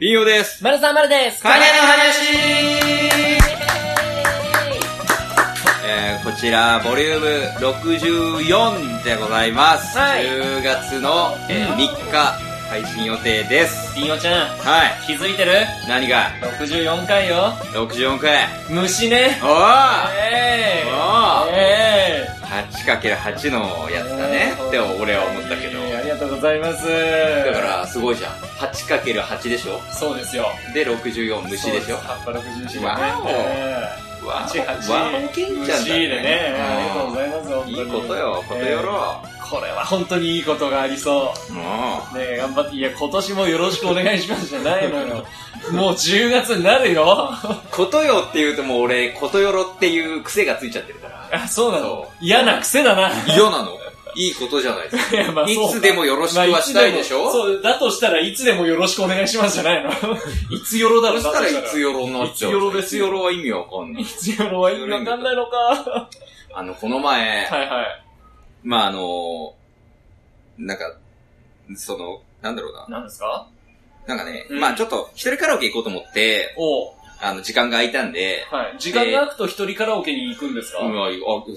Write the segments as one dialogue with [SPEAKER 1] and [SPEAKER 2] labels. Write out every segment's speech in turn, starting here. [SPEAKER 1] りんごです。
[SPEAKER 2] まるさんまるです
[SPEAKER 1] 金の
[SPEAKER 2] イ
[SPEAKER 1] 話
[SPEAKER 2] エーイ
[SPEAKER 1] えー、こちら、ボリューム64でございます。
[SPEAKER 2] はい
[SPEAKER 1] 10月の、えー3
[SPEAKER 2] うん
[SPEAKER 1] 日配信予定です。
[SPEAKER 2] りんごちゃん、
[SPEAKER 1] はい。
[SPEAKER 2] 気づいてる
[SPEAKER 1] 何が
[SPEAKER 2] ?64 回よ。
[SPEAKER 1] ?64 回。
[SPEAKER 2] 虫ね。
[SPEAKER 1] おー
[SPEAKER 2] え
[SPEAKER 1] おー
[SPEAKER 2] えー
[SPEAKER 1] 8×8 のやつだねって俺は思ったけど。
[SPEAKER 2] えーありがとうございます。
[SPEAKER 1] だ
[SPEAKER 2] だ
[SPEAKER 1] から、すごいじゃん。8×8 でしょ
[SPEAKER 2] ら、そうですよ。
[SPEAKER 1] で、64虫でしょ
[SPEAKER 2] 葉っぱ60虫
[SPEAKER 1] わおわ
[SPEAKER 2] 八八
[SPEAKER 1] わ健ちゃんだ
[SPEAKER 2] 虫でね。ありがとうございます、本当
[SPEAKER 1] い
[SPEAKER 2] に
[SPEAKER 1] いことよ、ことよろ。
[SPEAKER 2] えーこれは本当にいいことがありそう。
[SPEAKER 1] も
[SPEAKER 2] ねえ、頑張って、いや、今年もよろしくお願いしますじゃないの よ。もう10月になるよ。
[SPEAKER 1] う。ことよって言うともう俺、ことよろっていう癖がついちゃってるから。
[SPEAKER 2] あ、そうな
[SPEAKER 1] そ
[SPEAKER 2] の嫌な癖だな。い
[SPEAKER 1] 嫌なのいいことじゃないですか。
[SPEAKER 2] や、ま
[SPEAKER 1] い
[SPEAKER 2] そうか
[SPEAKER 1] つでもよろしくはしたいでしょ
[SPEAKER 2] まあつもそう、だとしたらいつでもよろしくお願いしますじゃないの。いつよろだ
[SPEAKER 1] そ
[SPEAKER 2] ろ、
[SPEAKER 1] したら
[SPEAKER 2] だ
[SPEAKER 1] い
[SPEAKER 2] と
[SPEAKER 1] つよろになっちゃう。
[SPEAKER 2] いつよろですよ
[SPEAKER 1] いつよろは意味わかんない
[SPEAKER 2] い。つよろはいいのわかんないのか。 は
[SPEAKER 1] あの、この前、
[SPEAKER 2] いはい。
[SPEAKER 1] まあ、あの、なんか、その、なんだろうな。
[SPEAKER 2] 何ですか
[SPEAKER 1] なんかね、
[SPEAKER 2] うん
[SPEAKER 1] まあちょっと、一人カラオケ行こうと思って、
[SPEAKER 2] おう
[SPEAKER 1] あの、時間が空いたんで、
[SPEAKER 2] はい。時間が空くと一人カラオケに行くんですか
[SPEAKER 1] うん、あ、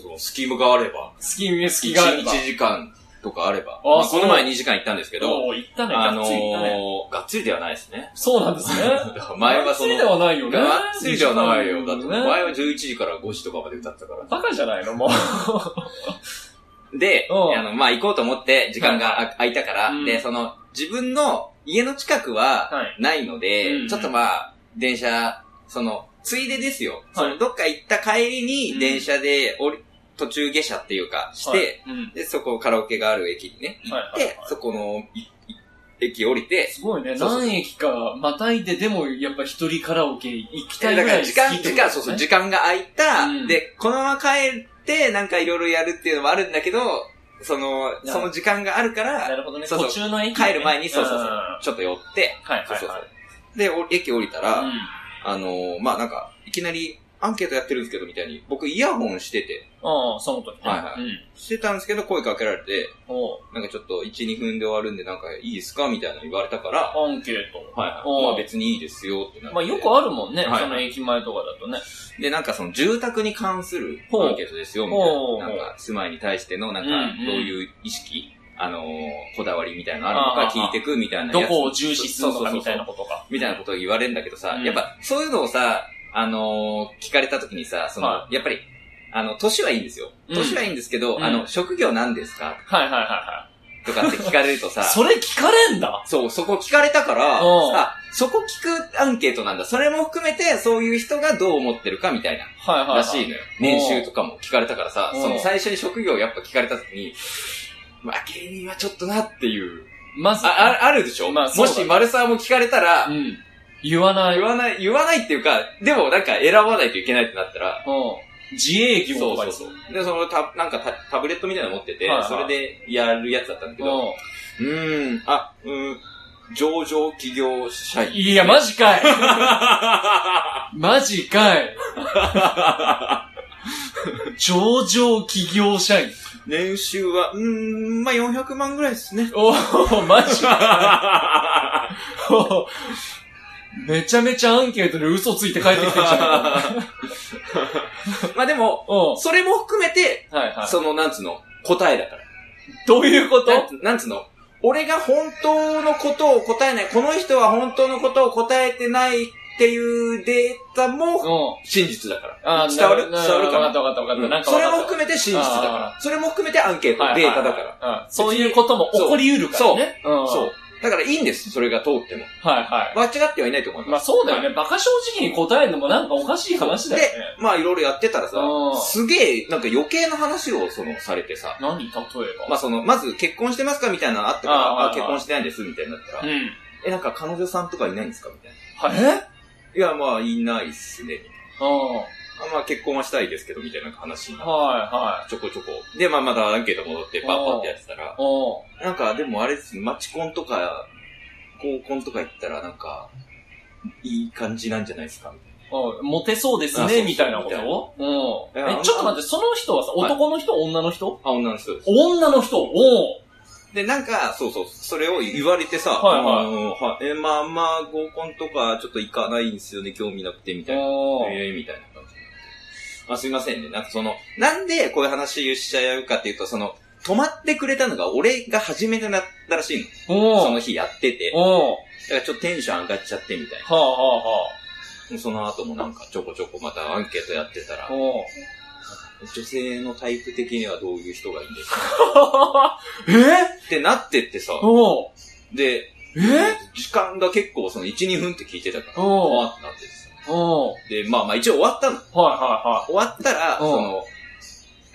[SPEAKER 1] そうスキームがあれば。
[SPEAKER 2] 好き、好
[SPEAKER 1] 一
[SPEAKER 2] きがあれば。
[SPEAKER 1] 1時間とかあれば。
[SPEAKER 2] あ
[SPEAKER 1] まあ
[SPEAKER 2] そ
[SPEAKER 1] こ
[SPEAKER 2] う
[SPEAKER 1] の前2時間行ったんですけど、
[SPEAKER 2] おう行ったね、
[SPEAKER 1] あの
[SPEAKER 2] がっつり行ったね。
[SPEAKER 1] ー、がっつりではないですね。
[SPEAKER 2] そうなんですね。
[SPEAKER 1] 前はそ
[SPEAKER 2] がっつり
[SPEAKER 1] の、
[SPEAKER 2] ではないよね。
[SPEAKER 1] がっつりではないよ。だって、
[SPEAKER 2] ね
[SPEAKER 1] 前は11時から5時とかまで歌ってたから。
[SPEAKER 2] バカじゃない のもう。
[SPEAKER 1] で、
[SPEAKER 2] うん
[SPEAKER 1] あの、まあ、行こうと思って、時間があ空いたから、
[SPEAKER 2] うん
[SPEAKER 1] で、その、自分の家の近くは
[SPEAKER 2] はい。
[SPEAKER 1] ないので、
[SPEAKER 2] うん
[SPEAKER 1] ちょっとまあ、電車、その、ついでですよ。そ
[SPEAKER 2] はい
[SPEAKER 1] の、どっか行った帰り
[SPEAKER 2] う
[SPEAKER 1] に、
[SPEAKER 2] ん
[SPEAKER 1] 電車で降り、途中下車っていうか、して、
[SPEAKER 2] はい、うん。
[SPEAKER 1] で、そこカラオケがある駅にね、
[SPEAKER 2] はいはい
[SPEAKER 1] で、そこの、いい駅降りて、
[SPEAKER 2] すごいね。
[SPEAKER 1] そうそうそう
[SPEAKER 2] 何駅かまたいで、でもやっぱ一人カラオケ行きたい
[SPEAKER 1] だ
[SPEAKER 2] ぐ
[SPEAKER 1] からら
[SPEAKER 2] い
[SPEAKER 1] 時
[SPEAKER 2] 好
[SPEAKER 1] 間、
[SPEAKER 2] きっ
[SPEAKER 1] 時
[SPEAKER 2] てこと
[SPEAKER 1] 間、
[SPEAKER 2] だ
[SPEAKER 1] そう
[SPEAKER 2] よ
[SPEAKER 1] そう、
[SPEAKER 2] ね
[SPEAKER 1] 時間が空いた、
[SPEAKER 2] うん
[SPEAKER 1] で、このまま帰って、なんかいろいろやるっていうのもあるんだけど、その、
[SPEAKER 2] る
[SPEAKER 1] その時間があるか
[SPEAKER 2] な
[SPEAKER 1] ら、
[SPEAKER 2] るほどね。
[SPEAKER 1] そうそう
[SPEAKER 2] 途中の駅、ね。
[SPEAKER 1] 帰る前に、そうそうそ
[SPEAKER 2] ん
[SPEAKER 1] う、ちょっと寄って、
[SPEAKER 2] はいはい
[SPEAKER 1] そう
[SPEAKER 2] はい。
[SPEAKER 1] そうそう。で、お駅降りたら、
[SPEAKER 2] うん
[SPEAKER 1] あのー、まあ、なんか、いきなりアンケートやってるんですけど、みたいに、僕イヤホンしてて、
[SPEAKER 2] ああ、その時ね。
[SPEAKER 1] はいはい
[SPEAKER 2] うん。
[SPEAKER 1] してたんですけど、声かけられて、
[SPEAKER 2] おう
[SPEAKER 1] なんかちょっと1、2分で終わるんで、なんかいいですかみたいなの言われたから、
[SPEAKER 2] アンケート。
[SPEAKER 1] はいはい。ま
[SPEAKER 2] お
[SPEAKER 1] あ
[SPEAKER 2] う
[SPEAKER 1] 別にいいですよってなって。
[SPEAKER 2] まあよくあるもんね。
[SPEAKER 1] はいはい
[SPEAKER 2] その駅前とかだとね。
[SPEAKER 1] で、なんかその住宅に関する
[SPEAKER 2] ほう
[SPEAKER 1] アンケートですよ、みたい
[SPEAKER 2] ほう
[SPEAKER 1] な。なんか住まいに対しての、なんか
[SPEAKER 2] うんうん
[SPEAKER 1] どういう意識、あのーこだわりみたいなのあるのか
[SPEAKER 2] ああ
[SPEAKER 1] 聞いてくみたいなやつ。
[SPEAKER 2] どこを重視するのかみたいな
[SPEAKER 1] そうそうそうそう。
[SPEAKER 2] ことか。
[SPEAKER 1] みたいなことを言われるんだけどさ、
[SPEAKER 2] うん
[SPEAKER 1] やっぱそういうのをさ、あのー聞かれた時にさ、その、
[SPEAKER 2] は
[SPEAKER 1] やっぱり、あの、年はいいんですよ。
[SPEAKER 2] うん
[SPEAKER 1] 年はいいんですけど、
[SPEAKER 2] うん
[SPEAKER 1] あの、職業何ですか
[SPEAKER 2] はいはいはいは
[SPEAKER 1] とかって聞かれるとさ
[SPEAKER 2] い。、 それ聞かれんだ
[SPEAKER 1] そう、そこ聞かれたから、
[SPEAKER 2] おう
[SPEAKER 1] あ、そこ聞くアンケートなんだ。それも含めて、そういう人がどう思ってるかみたいな。
[SPEAKER 2] はいはい、はい。
[SPEAKER 1] らしいのよ。年収とかも聞かれたからさ、
[SPEAKER 2] うん
[SPEAKER 1] その最初に職業やっぱ聞かれた時に、まあ芸人はちょっとなっていう。
[SPEAKER 2] まず、
[SPEAKER 1] あ、ああるでしょ、
[SPEAKER 2] まあそう
[SPEAKER 1] も
[SPEAKER 2] だね
[SPEAKER 1] し丸沢も聞かれたら
[SPEAKER 2] う、ん。言わない
[SPEAKER 1] 言。わない、言わないっていうか、でもなんか選ばないといけないってなったら、
[SPEAKER 2] うん。自営業
[SPEAKER 1] そ
[SPEAKER 2] と
[SPEAKER 1] う
[SPEAKER 2] か
[SPEAKER 1] そう
[SPEAKER 2] です
[SPEAKER 1] そう。で、そのタ、なんかタタブレットみたいなの持ってて、
[SPEAKER 2] はいはい
[SPEAKER 1] それでやるやつだったんだけど、
[SPEAKER 2] う
[SPEAKER 1] うーん、あ、うーん、上場企業社
[SPEAKER 2] ん。
[SPEAKER 1] 員。
[SPEAKER 2] いや、マジ かいマジかい。上場企業社員。
[SPEAKER 1] 年収は、うーん、まあ400万ぐらいです ね。
[SPEAKER 2] おお、マジか い。おーめちゃめちゃアンケートで嘘ついて帰ってきてんじゃん。
[SPEAKER 1] まあでも、
[SPEAKER 2] おう
[SPEAKER 1] それも含めて、
[SPEAKER 2] はいはい。
[SPEAKER 1] その、なんつうの、答えだから。
[SPEAKER 2] どういうこと
[SPEAKER 1] なんつなんつうの、俺が本当のことを答えない、この人は本当のことを答えてないっていうデータも
[SPEAKER 2] お
[SPEAKER 1] 真実だから。
[SPEAKER 2] あ
[SPEAKER 1] 伝わる
[SPEAKER 2] な
[SPEAKER 1] 伝わるかな
[SPEAKER 2] わかったわかったわかった。なんか
[SPEAKER 1] そ
[SPEAKER 2] わか
[SPEAKER 1] れ
[SPEAKER 2] った
[SPEAKER 1] も含めて真実だから。それも含めてアンケート、
[SPEAKER 2] はい
[SPEAKER 1] デー
[SPEAKER 2] はいは
[SPEAKER 1] タ
[SPEAKER 2] い
[SPEAKER 1] だから。
[SPEAKER 2] うんそういうことも起こりうるからね。うん
[SPEAKER 1] そう。。だからいいんです、それが通っても。
[SPEAKER 2] はいはい。
[SPEAKER 1] 間違ってはいないと思い
[SPEAKER 2] ま
[SPEAKER 1] ま
[SPEAKER 2] あ
[SPEAKER 1] す。
[SPEAKER 2] そうだよね。馬鹿正直に答えるのもなんかおかしい話だよね。
[SPEAKER 1] まあいろいろやってたらさ
[SPEAKER 2] うん、
[SPEAKER 1] すげえ、なんか余計な話をその、されてさ、
[SPEAKER 2] 何例えば。
[SPEAKER 1] まあその、まず結婚してますかみたいなのあったか
[SPEAKER 2] あ
[SPEAKER 1] ら、
[SPEAKER 2] はい
[SPEAKER 1] あ、
[SPEAKER 2] はい
[SPEAKER 1] 結婚してないです、みたいになった
[SPEAKER 2] う
[SPEAKER 1] ら、
[SPEAKER 2] ん。
[SPEAKER 1] え、なんか彼女さんとかいないんですかみたいな。
[SPEAKER 2] はい。え
[SPEAKER 1] いや、まあ、いないっすね。
[SPEAKER 2] う
[SPEAKER 1] あまあ、結婚はしたいですけど、みたいな話に
[SPEAKER 2] ん。
[SPEAKER 1] なって
[SPEAKER 2] はいはい。
[SPEAKER 1] ちょこちょこ。で、まあ、まだアンケート戻って、パッパってやってたら、
[SPEAKER 2] お
[SPEAKER 1] なんか、でもあれですね、マチコンとか、合コンとか行ったら、なんか、いい感じなんじゃないですか、みたい
[SPEAKER 2] おモテそうです
[SPEAKER 1] あそうそ
[SPEAKER 2] ね、
[SPEAKER 1] う
[SPEAKER 2] みたいなこと
[SPEAKER 1] いや
[SPEAKER 2] うん。
[SPEAKER 1] あ
[SPEAKER 2] え、
[SPEAKER 1] ん
[SPEAKER 2] ちょっと待って、その人はさ、
[SPEAKER 1] はい
[SPEAKER 2] 男の人、女の人
[SPEAKER 1] な。あ、女の人です。
[SPEAKER 2] 女の人おう
[SPEAKER 1] で、なんか、そうそう、それを言われてさ、
[SPEAKER 2] はいはい
[SPEAKER 1] あのはえ、まあまあ、合コンとかちょっと行かないんですよね、興味なくて、みたいな。えーみたいな感じになって。あ、すいませんね。なんかその、なんでこういう話をしちゃうかっていうと、その、止まってくれたのが俺が初めてだったらしいの。そ
[SPEAKER 2] お
[SPEAKER 1] の
[SPEAKER 2] ー
[SPEAKER 1] 日やってて。
[SPEAKER 2] お
[SPEAKER 1] だ
[SPEAKER 2] ー
[SPEAKER 1] からちょっとテンション上がっちゃってみたい
[SPEAKER 2] はあは
[SPEAKER 1] な。その後もなんかちょこちょこまたアンケートやってた
[SPEAKER 2] あは
[SPEAKER 1] ら
[SPEAKER 2] あ。、おー
[SPEAKER 1] 女性のタイプ的にはどういう人がいいんですか
[SPEAKER 2] え
[SPEAKER 1] ってなってってさ、
[SPEAKER 2] おー
[SPEAKER 1] で、
[SPEAKER 2] え
[SPEAKER 1] 時間が結構その1、2分って聞いてたから、
[SPEAKER 2] おー
[SPEAKER 1] あってなってさ
[SPEAKER 2] おー
[SPEAKER 1] で、まあまあ一応終わったの。
[SPEAKER 2] はいは
[SPEAKER 1] 終わったら、
[SPEAKER 2] うん
[SPEAKER 1] その、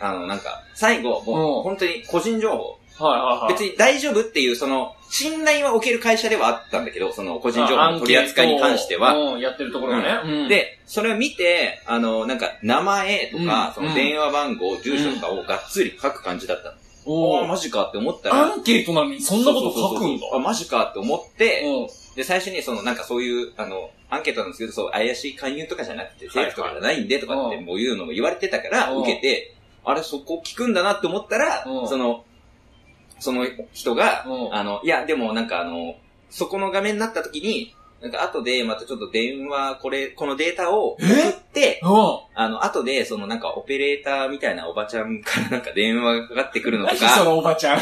[SPEAKER 1] あの、なんか、最後、も
[SPEAKER 2] うん
[SPEAKER 1] う、本当に個人情報。
[SPEAKER 2] いはい。はいはいはい。
[SPEAKER 1] 別に大丈夫っていう、その、信頼は受ける会社ではあったんだけど、その、個人情報の取り扱いに関して
[SPEAKER 2] アン
[SPEAKER 1] は。
[SPEAKER 2] ケートをうん、やってるところがね。うん、
[SPEAKER 1] で、それを見て、あの、なんか、名前とか、
[SPEAKER 2] うん
[SPEAKER 1] その、電話番号、住所とかをがっつり書く感じだったの。
[SPEAKER 2] お
[SPEAKER 1] ああ、
[SPEAKER 2] ー
[SPEAKER 1] マジかって思ったら、
[SPEAKER 2] アンケートなのにそんなこと書くんだ。
[SPEAKER 1] あ、マジかって思って、
[SPEAKER 2] うん
[SPEAKER 1] で、最初にその、なんかそういう、あの、アンケートなんですけど、そう、怪しい勧誘とかじゃなくて、
[SPEAKER 2] はいは
[SPEAKER 1] 政
[SPEAKER 2] い
[SPEAKER 1] 府とかじゃないんで、とかって、
[SPEAKER 2] うん
[SPEAKER 1] もういうのも言われてたから、
[SPEAKER 2] うん
[SPEAKER 1] 受けて、あれ、そこ聞くんだなって思ったら
[SPEAKER 2] うん、
[SPEAKER 1] その、その人が
[SPEAKER 2] う、ん
[SPEAKER 1] あの、いや、でもなんかあの、そこの画面になった時に、なんか後で、またちょっと電話、これ、このデータを送って、
[SPEAKER 2] う
[SPEAKER 1] あの、後で、そのなんかオペレーターみたいなおばちゃんからなんか電話がかかってくる
[SPEAKER 2] ん。
[SPEAKER 1] のと
[SPEAKER 2] 何
[SPEAKER 1] か、
[SPEAKER 2] そのおばち ゃん。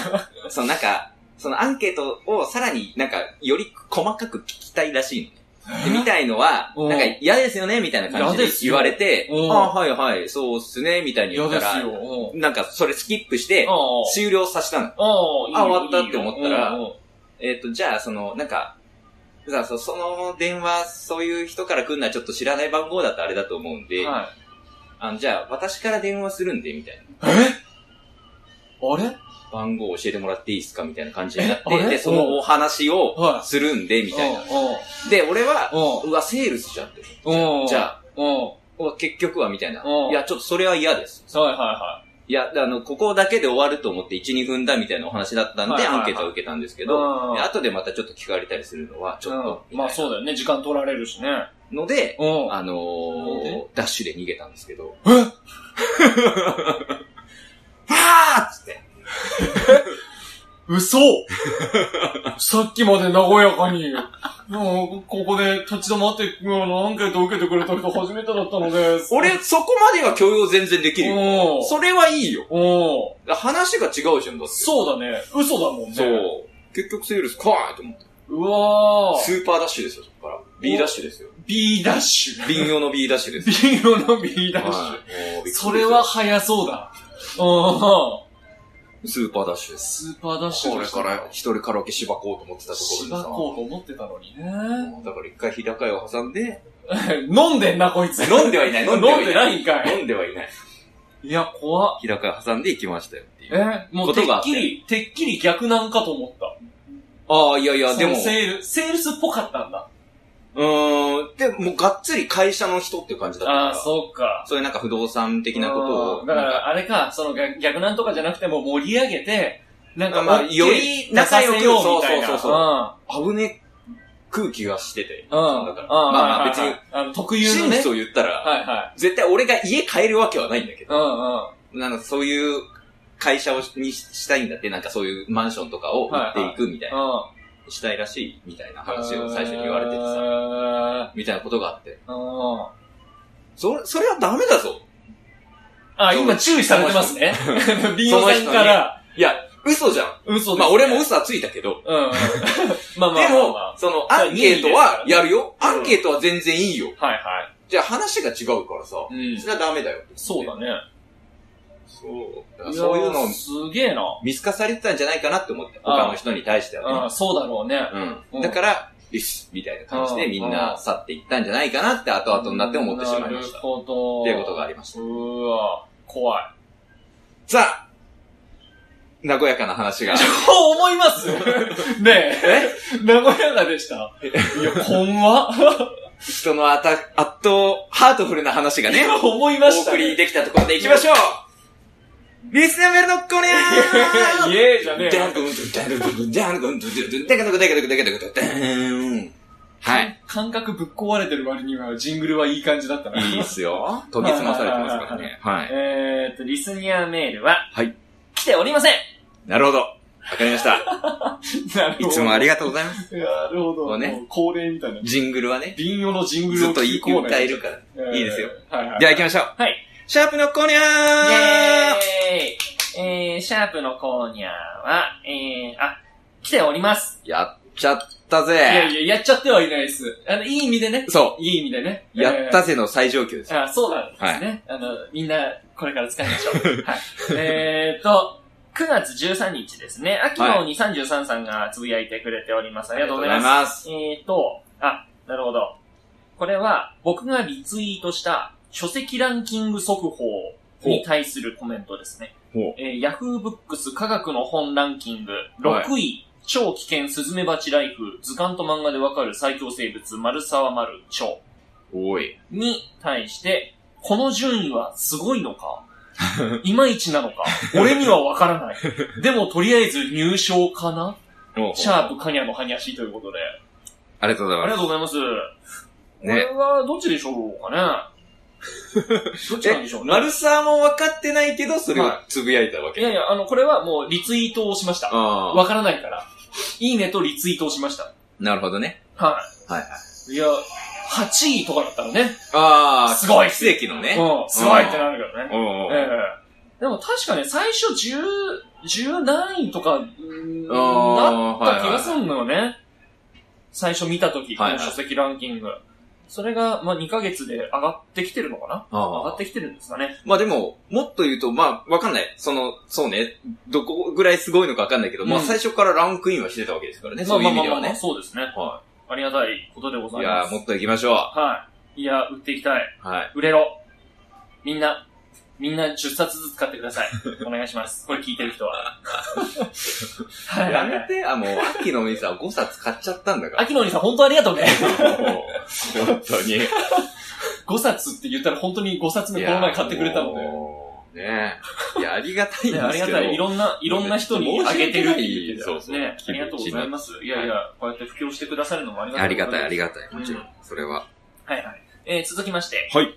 [SPEAKER 1] そのなんか、そのアンケートをさらになんか、より細かく聞きたいらしいのね。でみたいのは、
[SPEAKER 2] うん
[SPEAKER 1] なんか嫌ですよねみたいな感じ
[SPEAKER 2] 嫌
[SPEAKER 1] で
[SPEAKER 2] ですよ
[SPEAKER 1] 言われて、
[SPEAKER 2] うん
[SPEAKER 1] あはいはい、そうっすねみたいに言
[SPEAKER 2] 嫌
[SPEAKER 1] っ
[SPEAKER 2] で
[SPEAKER 1] た
[SPEAKER 2] す
[SPEAKER 1] ら、
[SPEAKER 2] よ。うん
[SPEAKER 1] なんかそれスキップして、
[SPEAKER 2] あ
[SPEAKER 1] 終了させたの。
[SPEAKER 2] あ、ああ、
[SPEAKER 1] あ終わったって思ったら
[SPEAKER 2] うんうん
[SPEAKER 1] えっ、と、じゃあその、なんか、さそその電話、そういう人から来るのはちょっと知らない番号だとあれだと思うんで、
[SPEAKER 2] はい。
[SPEAKER 1] あのじゃあ私から電話するんで、みたいな。
[SPEAKER 2] あれ
[SPEAKER 1] 番号教えてもらっていいですかみたいな感じになっ
[SPEAKER 2] えあ
[SPEAKER 1] て、
[SPEAKER 2] れ
[SPEAKER 1] で、そのお話を
[SPEAKER 2] は
[SPEAKER 1] するんで、み
[SPEAKER 2] い。
[SPEAKER 1] たいな。
[SPEAKER 2] う
[SPEAKER 1] で、俺は、
[SPEAKER 2] ん。
[SPEAKER 1] うわ、セールスじゃんって。
[SPEAKER 2] うん。うん。
[SPEAKER 1] じゃあ、
[SPEAKER 2] うん。は
[SPEAKER 1] うわ結局はみたいな
[SPEAKER 2] うん。
[SPEAKER 1] いや、ちょっとそれは嫌です。
[SPEAKER 2] いはいはい
[SPEAKER 1] や、あの、ここだけで終わると思って1、2分だみたいなお話だったん
[SPEAKER 2] はい
[SPEAKER 1] で、
[SPEAKER 2] はいはい
[SPEAKER 1] アンケートは受けたんですけ
[SPEAKER 2] い。
[SPEAKER 1] ど、
[SPEAKER 2] うん
[SPEAKER 1] で後でまたちょっと聞かれたりするのは、ちょっと、
[SPEAKER 2] うんまあ
[SPEAKER 1] う。
[SPEAKER 2] そうだよね。時間取られるしね。
[SPEAKER 1] ので、
[SPEAKER 2] うん。
[SPEAKER 1] あのー
[SPEAKER 2] で、
[SPEAKER 1] ダッシュで逃げたんですけど、
[SPEAKER 2] え
[SPEAKER 1] はーっつって、
[SPEAKER 2] 嘘さっきまで和やかに、もう、ここで立ち止まって、あの、アンケートを受けてくれた人初めてだったのです。
[SPEAKER 1] 俺、そこまでは許容全然できるよ。
[SPEAKER 2] うん。
[SPEAKER 1] それはいいよ。
[SPEAKER 2] うん。
[SPEAKER 1] 話が違うじゃん、だって。
[SPEAKER 2] そうだね。嘘だもんね。
[SPEAKER 1] そう。結局セールスかーいと思って。
[SPEAKER 2] うわ
[SPEAKER 1] ス
[SPEAKER 2] ー。
[SPEAKER 1] ーパーダッシュですよ、そこから。B ダッシュですよ。
[SPEAKER 2] B ダッシ ュ。
[SPEAKER 1] ビン用の B ダッシュですよ
[SPEAKER 2] ビンゴの B ダッシ
[SPEAKER 1] はい
[SPEAKER 2] ュ。それは、早そうだ。うん。
[SPEAKER 1] スーパーダッシュです。
[SPEAKER 2] スーパーダッシュ
[SPEAKER 1] こ
[SPEAKER 2] で
[SPEAKER 1] れ
[SPEAKER 2] し
[SPEAKER 1] か
[SPEAKER 2] た
[SPEAKER 1] ら一人カラオケしばこうと思ってたとこ
[SPEAKER 2] しば
[SPEAKER 1] ろ
[SPEAKER 2] こうと思ってたのにね。
[SPEAKER 1] でさ、だから一回日高屋を挟んで、
[SPEAKER 2] 飲んでんな、こいつ。
[SPEAKER 1] 飲んではいない、
[SPEAKER 2] 飲んでないんかい。
[SPEAKER 1] 飲んではいない。
[SPEAKER 2] いや、怖っ。
[SPEAKER 1] 日高屋挟んで行きましたよっていう。
[SPEAKER 2] え、もうてっきり、てっきり逆なんかと思った。
[SPEAKER 1] ああ、いやいや、でも、
[SPEAKER 2] そのセール、セールスっぽかったんだ。
[SPEAKER 1] うーん、でもうがっつり会社の人っていう感じだった
[SPEAKER 2] あ
[SPEAKER 1] か
[SPEAKER 2] あ、
[SPEAKER 1] ら、
[SPEAKER 2] そうか。
[SPEAKER 1] そういうなんか不動産的なこと
[SPEAKER 2] う
[SPEAKER 1] を、
[SPEAKER 2] んだか、
[SPEAKER 1] なんから
[SPEAKER 2] あれか、その逆逆なんとかじゃなくても盛り上げて、なんか、
[SPEAKER 1] まあ
[SPEAKER 2] OK
[SPEAKER 1] より仲良く
[SPEAKER 2] 出させようみたいな。
[SPEAKER 1] そうそうそうそう
[SPEAKER 2] うん
[SPEAKER 1] 危ね空気がしてて、
[SPEAKER 2] うん。
[SPEAKER 1] そうだからまあまあ別に、
[SPEAKER 2] あの、特有の
[SPEAKER 1] 真
[SPEAKER 2] ね。
[SPEAKER 1] 実を言ったら、
[SPEAKER 2] はいはい。
[SPEAKER 1] 絶対俺が家帰るわけはないんだけど
[SPEAKER 2] う、ん
[SPEAKER 1] なんかそういう会社をしにししたいんだって、なんかそういうマンションとかを売っていくみたいな、
[SPEAKER 2] うん。うん。
[SPEAKER 1] したいらしいみたいな話を最初に言われててさ、
[SPEAKER 2] さ。
[SPEAKER 1] みたいなことがあって。
[SPEAKER 2] うん。
[SPEAKER 1] そ、それはダメだぞ。
[SPEAKER 2] あ、今注意されてますね。ビンゴさんから。
[SPEAKER 1] いや、嘘じゃん。
[SPEAKER 2] 嘘です。
[SPEAKER 1] まあ俺も。嘘はついたけど。
[SPEAKER 2] うんうん。まあまあまあまあ。
[SPEAKER 1] でも
[SPEAKER 2] は、
[SPEAKER 1] そのアンケートはやるよ。アンケートは全然いいよ。
[SPEAKER 2] いは
[SPEAKER 1] じゃあ話が違うからさ、
[SPEAKER 2] い。うん
[SPEAKER 1] そ。れはダメだよ。
[SPEAKER 2] そうだね。
[SPEAKER 1] そう。だからそういうのを
[SPEAKER 2] やすげえな。
[SPEAKER 1] 見透かされてたんじゃないかなって思って、他の人に対してはね
[SPEAKER 2] う。ん、そうだろうね。
[SPEAKER 1] うん。だから、よし、みたいな感じで
[SPEAKER 2] うん
[SPEAKER 1] みんな去っていったんじゃないかなって後々になって思ってしまいまし
[SPEAKER 2] なる
[SPEAKER 1] た。っ
[SPEAKER 2] ほど。
[SPEAKER 1] ていうことがありました。
[SPEAKER 2] うーわ、怖い。
[SPEAKER 1] さあ和やかな話 が。
[SPEAKER 2] そう思います ねえ。名古屋がでした。いや、ほんま
[SPEAKER 1] 人のあた、あっと、ハートフルな話がね、
[SPEAKER 2] 思いま
[SPEAKER 1] お
[SPEAKER 2] した
[SPEAKER 1] 送
[SPEAKER 2] ね。
[SPEAKER 1] りできたところで行きましょうリスナーメールのコーナー
[SPEAKER 2] イエーイじゃねえ
[SPEAKER 1] ダ
[SPEAKER 2] よ
[SPEAKER 1] ン。ドンドンドンドンダンドンドンドンダンドンダンドンダンドンダンドンダンはい。
[SPEAKER 2] 感覚ぶっ壊れてる割には、ジングルはいい感じだったな。
[SPEAKER 1] いいっすよ。研ぎ澄まされてますからね。はい。
[SPEAKER 2] えーっと、リスニアメールは、
[SPEAKER 1] はい。
[SPEAKER 2] 来ておりません
[SPEAKER 1] なるほど。わかりました。
[SPEAKER 3] なるほど。
[SPEAKER 1] いつもありがとうございます。
[SPEAKER 3] なるほ
[SPEAKER 1] こう
[SPEAKER 3] ど。
[SPEAKER 1] ね
[SPEAKER 3] もう恒例みたいな。
[SPEAKER 1] ジングルはね、
[SPEAKER 3] 瓶用のジングル
[SPEAKER 1] ず
[SPEAKER 3] を
[SPEAKER 1] っと
[SPEAKER 3] 聞
[SPEAKER 1] い
[SPEAKER 3] くコーナー
[SPEAKER 1] 歌えるから。
[SPEAKER 3] えー
[SPEAKER 1] いいですよ。
[SPEAKER 3] はいはい。
[SPEAKER 1] では行きましょう。
[SPEAKER 2] はい。
[SPEAKER 1] シャープのコーニャー
[SPEAKER 2] イェーイえー、シャープのコーニャーは、えー、あ、来ております。
[SPEAKER 1] やっちゃったぜ
[SPEAKER 2] いやいや、やっちゃってはいないです。あの、いい意味でね。
[SPEAKER 1] そ
[SPEAKER 2] いい意味でね。
[SPEAKER 1] う。やったぜの最上級です。
[SPEAKER 2] あそうなんですね、あの、みんな、これから使いましょ う。はい。えーっと、9月13日ですね。秋の鬼33さんがつぶやいてくれております。ありがとうござい
[SPEAKER 1] ま
[SPEAKER 2] ます。
[SPEAKER 1] す。
[SPEAKER 2] えーっと、あ、なるほど。これは、僕がリツイートした書籍ランキング速報に対するコメントですね
[SPEAKER 1] ほう。
[SPEAKER 2] えー、Yahoo ブックス科学の本ランキング
[SPEAKER 1] はい
[SPEAKER 2] 6位、超危険スズメバチライフ、図鑑と漫画でわかる最強生物、丸沢丸蝶。
[SPEAKER 1] おい。
[SPEAKER 2] に対して、この順位はすごいの かいまいちなのか俺にはわからない。でもとりあえず入賞かなシャー
[SPEAKER 1] プ。
[SPEAKER 2] プカニャのハニャシということで。
[SPEAKER 1] ありがとうござい
[SPEAKER 2] あり
[SPEAKER 1] ま
[SPEAKER 2] がとうございます。こ
[SPEAKER 1] ね
[SPEAKER 2] れはどっちでしょうかね どっちなんでしょ
[SPEAKER 1] す。
[SPEAKER 2] う
[SPEAKER 1] え、
[SPEAKER 2] ね。
[SPEAKER 1] 丸さんも分かってないけど、それをつぶやいたわけ。
[SPEAKER 2] いやいや、あの、これはもうリツイートをしました。
[SPEAKER 1] ああ。
[SPEAKER 2] わからないから。いいねとリツイートをしました。
[SPEAKER 1] なるほどね。
[SPEAKER 2] はい。
[SPEAKER 1] はい
[SPEAKER 2] い。いや、8位とかだったらね。
[SPEAKER 1] あ
[SPEAKER 2] すごい
[SPEAKER 1] 奇跡のね。
[SPEAKER 2] うん。すごいってなるけどね。
[SPEAKER 1] うんうんうん。
[SPEAKER 2] ええでも確かね、最初10、10何位とか、うーんなっ
[SPEAKER 1] ああ、
[SPEAKER 2] た
[SPEAKER 1] はい
[SPEAKER 2] 気が
[SPEAKER 1] はい
[SPEAKER 2] するのよね。最初見た時、こ
[SPEAKER 1] はいは
[SPEAKER 2] の
[SPEAKER 1] い
[SPEAKER 2] 書籍ランキング。それが、まあ2ヶ月で上がってきてるのかな上が
[SPEAKER 1] あ
[SPEAKER 2] っ
[SPEAKER 1] あ
[SPEAKER 2] てきてるんですかね。
[SPEAKER 1] まあでも、もっと言うと、まあ、わかんない。その、そうね、どこぐらいすごいのかわかんないけど、
[SPEAKER 2] うん
[SPEAKER 1] まあ最初からランクインはしてたわけですからね、
[SPEAKER 2] ま
[SPEAKER 1] そう
[SPEAKER 2] あ
[SPEAKER 1] いう
[SPEAKER 2] まあ
[SPEAKER 1] 意
[SPEAKER 2] ま
[SPEAKER 1] 味で
[SPEAKER 2] あま
[SPEAKER 1] は
[SPEAKER 2] あまあ、
[SPEAKER 1] ね。
[SPEAKER 2] そうですね。
[SPEAKER 1] は
[SPEAKER 2] ありがたいことでご
[SPEAKER 1] い。
[SPEAKER 2] ざ
[SPEAKER 1] い
[SPEAKER 2] い
[SPEAKER 1] や
[SPEAKER 2] ま
[SPEAKER 1] ー
[SPEAKER 2] す。
[SPEAKER 1] もっと行きましょう。
[SPEAKER 2] はい。いや、売っていきたい。
[SPEAKER 1] はい。
[SPEAKER 2] 売れろ。みんな、みんな10冊ずつ買ってください。 お願いします。これ聞いてる人は。はい
[SPEAKER 1] や
[SPEAKER 2] はいは
[SPEAKER 1] め
[SPEAKER 2] い。
[SPEAKER 1] て、あ、もう、秋のお兄さん5冊買っちゃったんだから。
[SPEAKER 2] 秋野にさん、本当ありがとうね。
[SPEAKER 1] もう本当に。
[SPEAKER 2] 5冊って言ったら本当に5冊目この前買ってくれたの
[SPEAKER 1] いや
[SPEAKER 2] で。
[SPEAKER 1] もうねえ。いや、ありがたいんですけ
[SPEAKER 2] ね
[SPEAKER 1] ど。
[SPEAKER 2] ありがたい。いろんな、いろんな人にあげてるっていうね。
[SPEAKER 1] そうそう
[SPEAKER 2] ね。ありがとうございます。いやいや、こうやって布教してくださるのもありがたい。
[SPEAKER 1] ありがたい、あり
[SPEAKER 2] が
[SPEAKER 1] がたい。もちろん、それは。
[SPEAKER 2] たい。はいはい。えー、続きまして。
[SPEAKER 1] はい。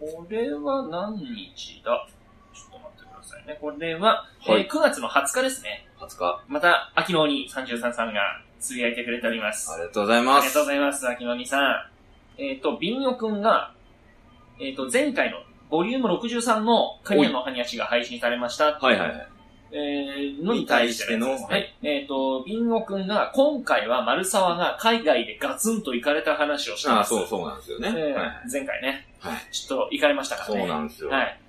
[SPEAKER 2] これは何日だちょっと待ってくださいね。これは、
[SPEAKER 1] は
[SPEAKER 2] えー、9月の20日ですね。
[SPEAKER 1] 20日。
[SPEAKER 2] また、秋の鬼33さんがつぶやいてくれております。
[SPEAKER 1] ありがとうござい
[SPEAKER 2] あ
[SPEAKER 1] ます。
[SPEAKER 2] りがとうございます、秋の鬼さん。えっ、と、ビンヨくんが、えっ、と、前回の、ボリューム63の、カニアのハニヤシが配信されました。
[SPEAKER 1] はいはいはい。
[SPEAKER 2] えー、のに対しての、
[SPEAKER 1] に対しての
[SPEAKER 2] はい。えっ、と、ビンヨくんが、今回は丸沢が海外でガツンと行かれた話をして
[SPEAKER 1] あ
[SPEAKER 2] ま
[SPEAKER 1] あ、
[SPEAKER 2] す。
[SPEAKER 1] そうそうなんですよね。
[SPEAKER 2] えー
[SPEAKER 1] はい
[SPEAKER 2] 前回ね。
[SPEAKER 1] はい
[SPEAKER 2] ちょっと行かれましたから
[SPEAKER 1] そ
[SPEAKER 2] ね。
[SPEAKER 1] うなんですよ。
[SPEAKER 2] はい。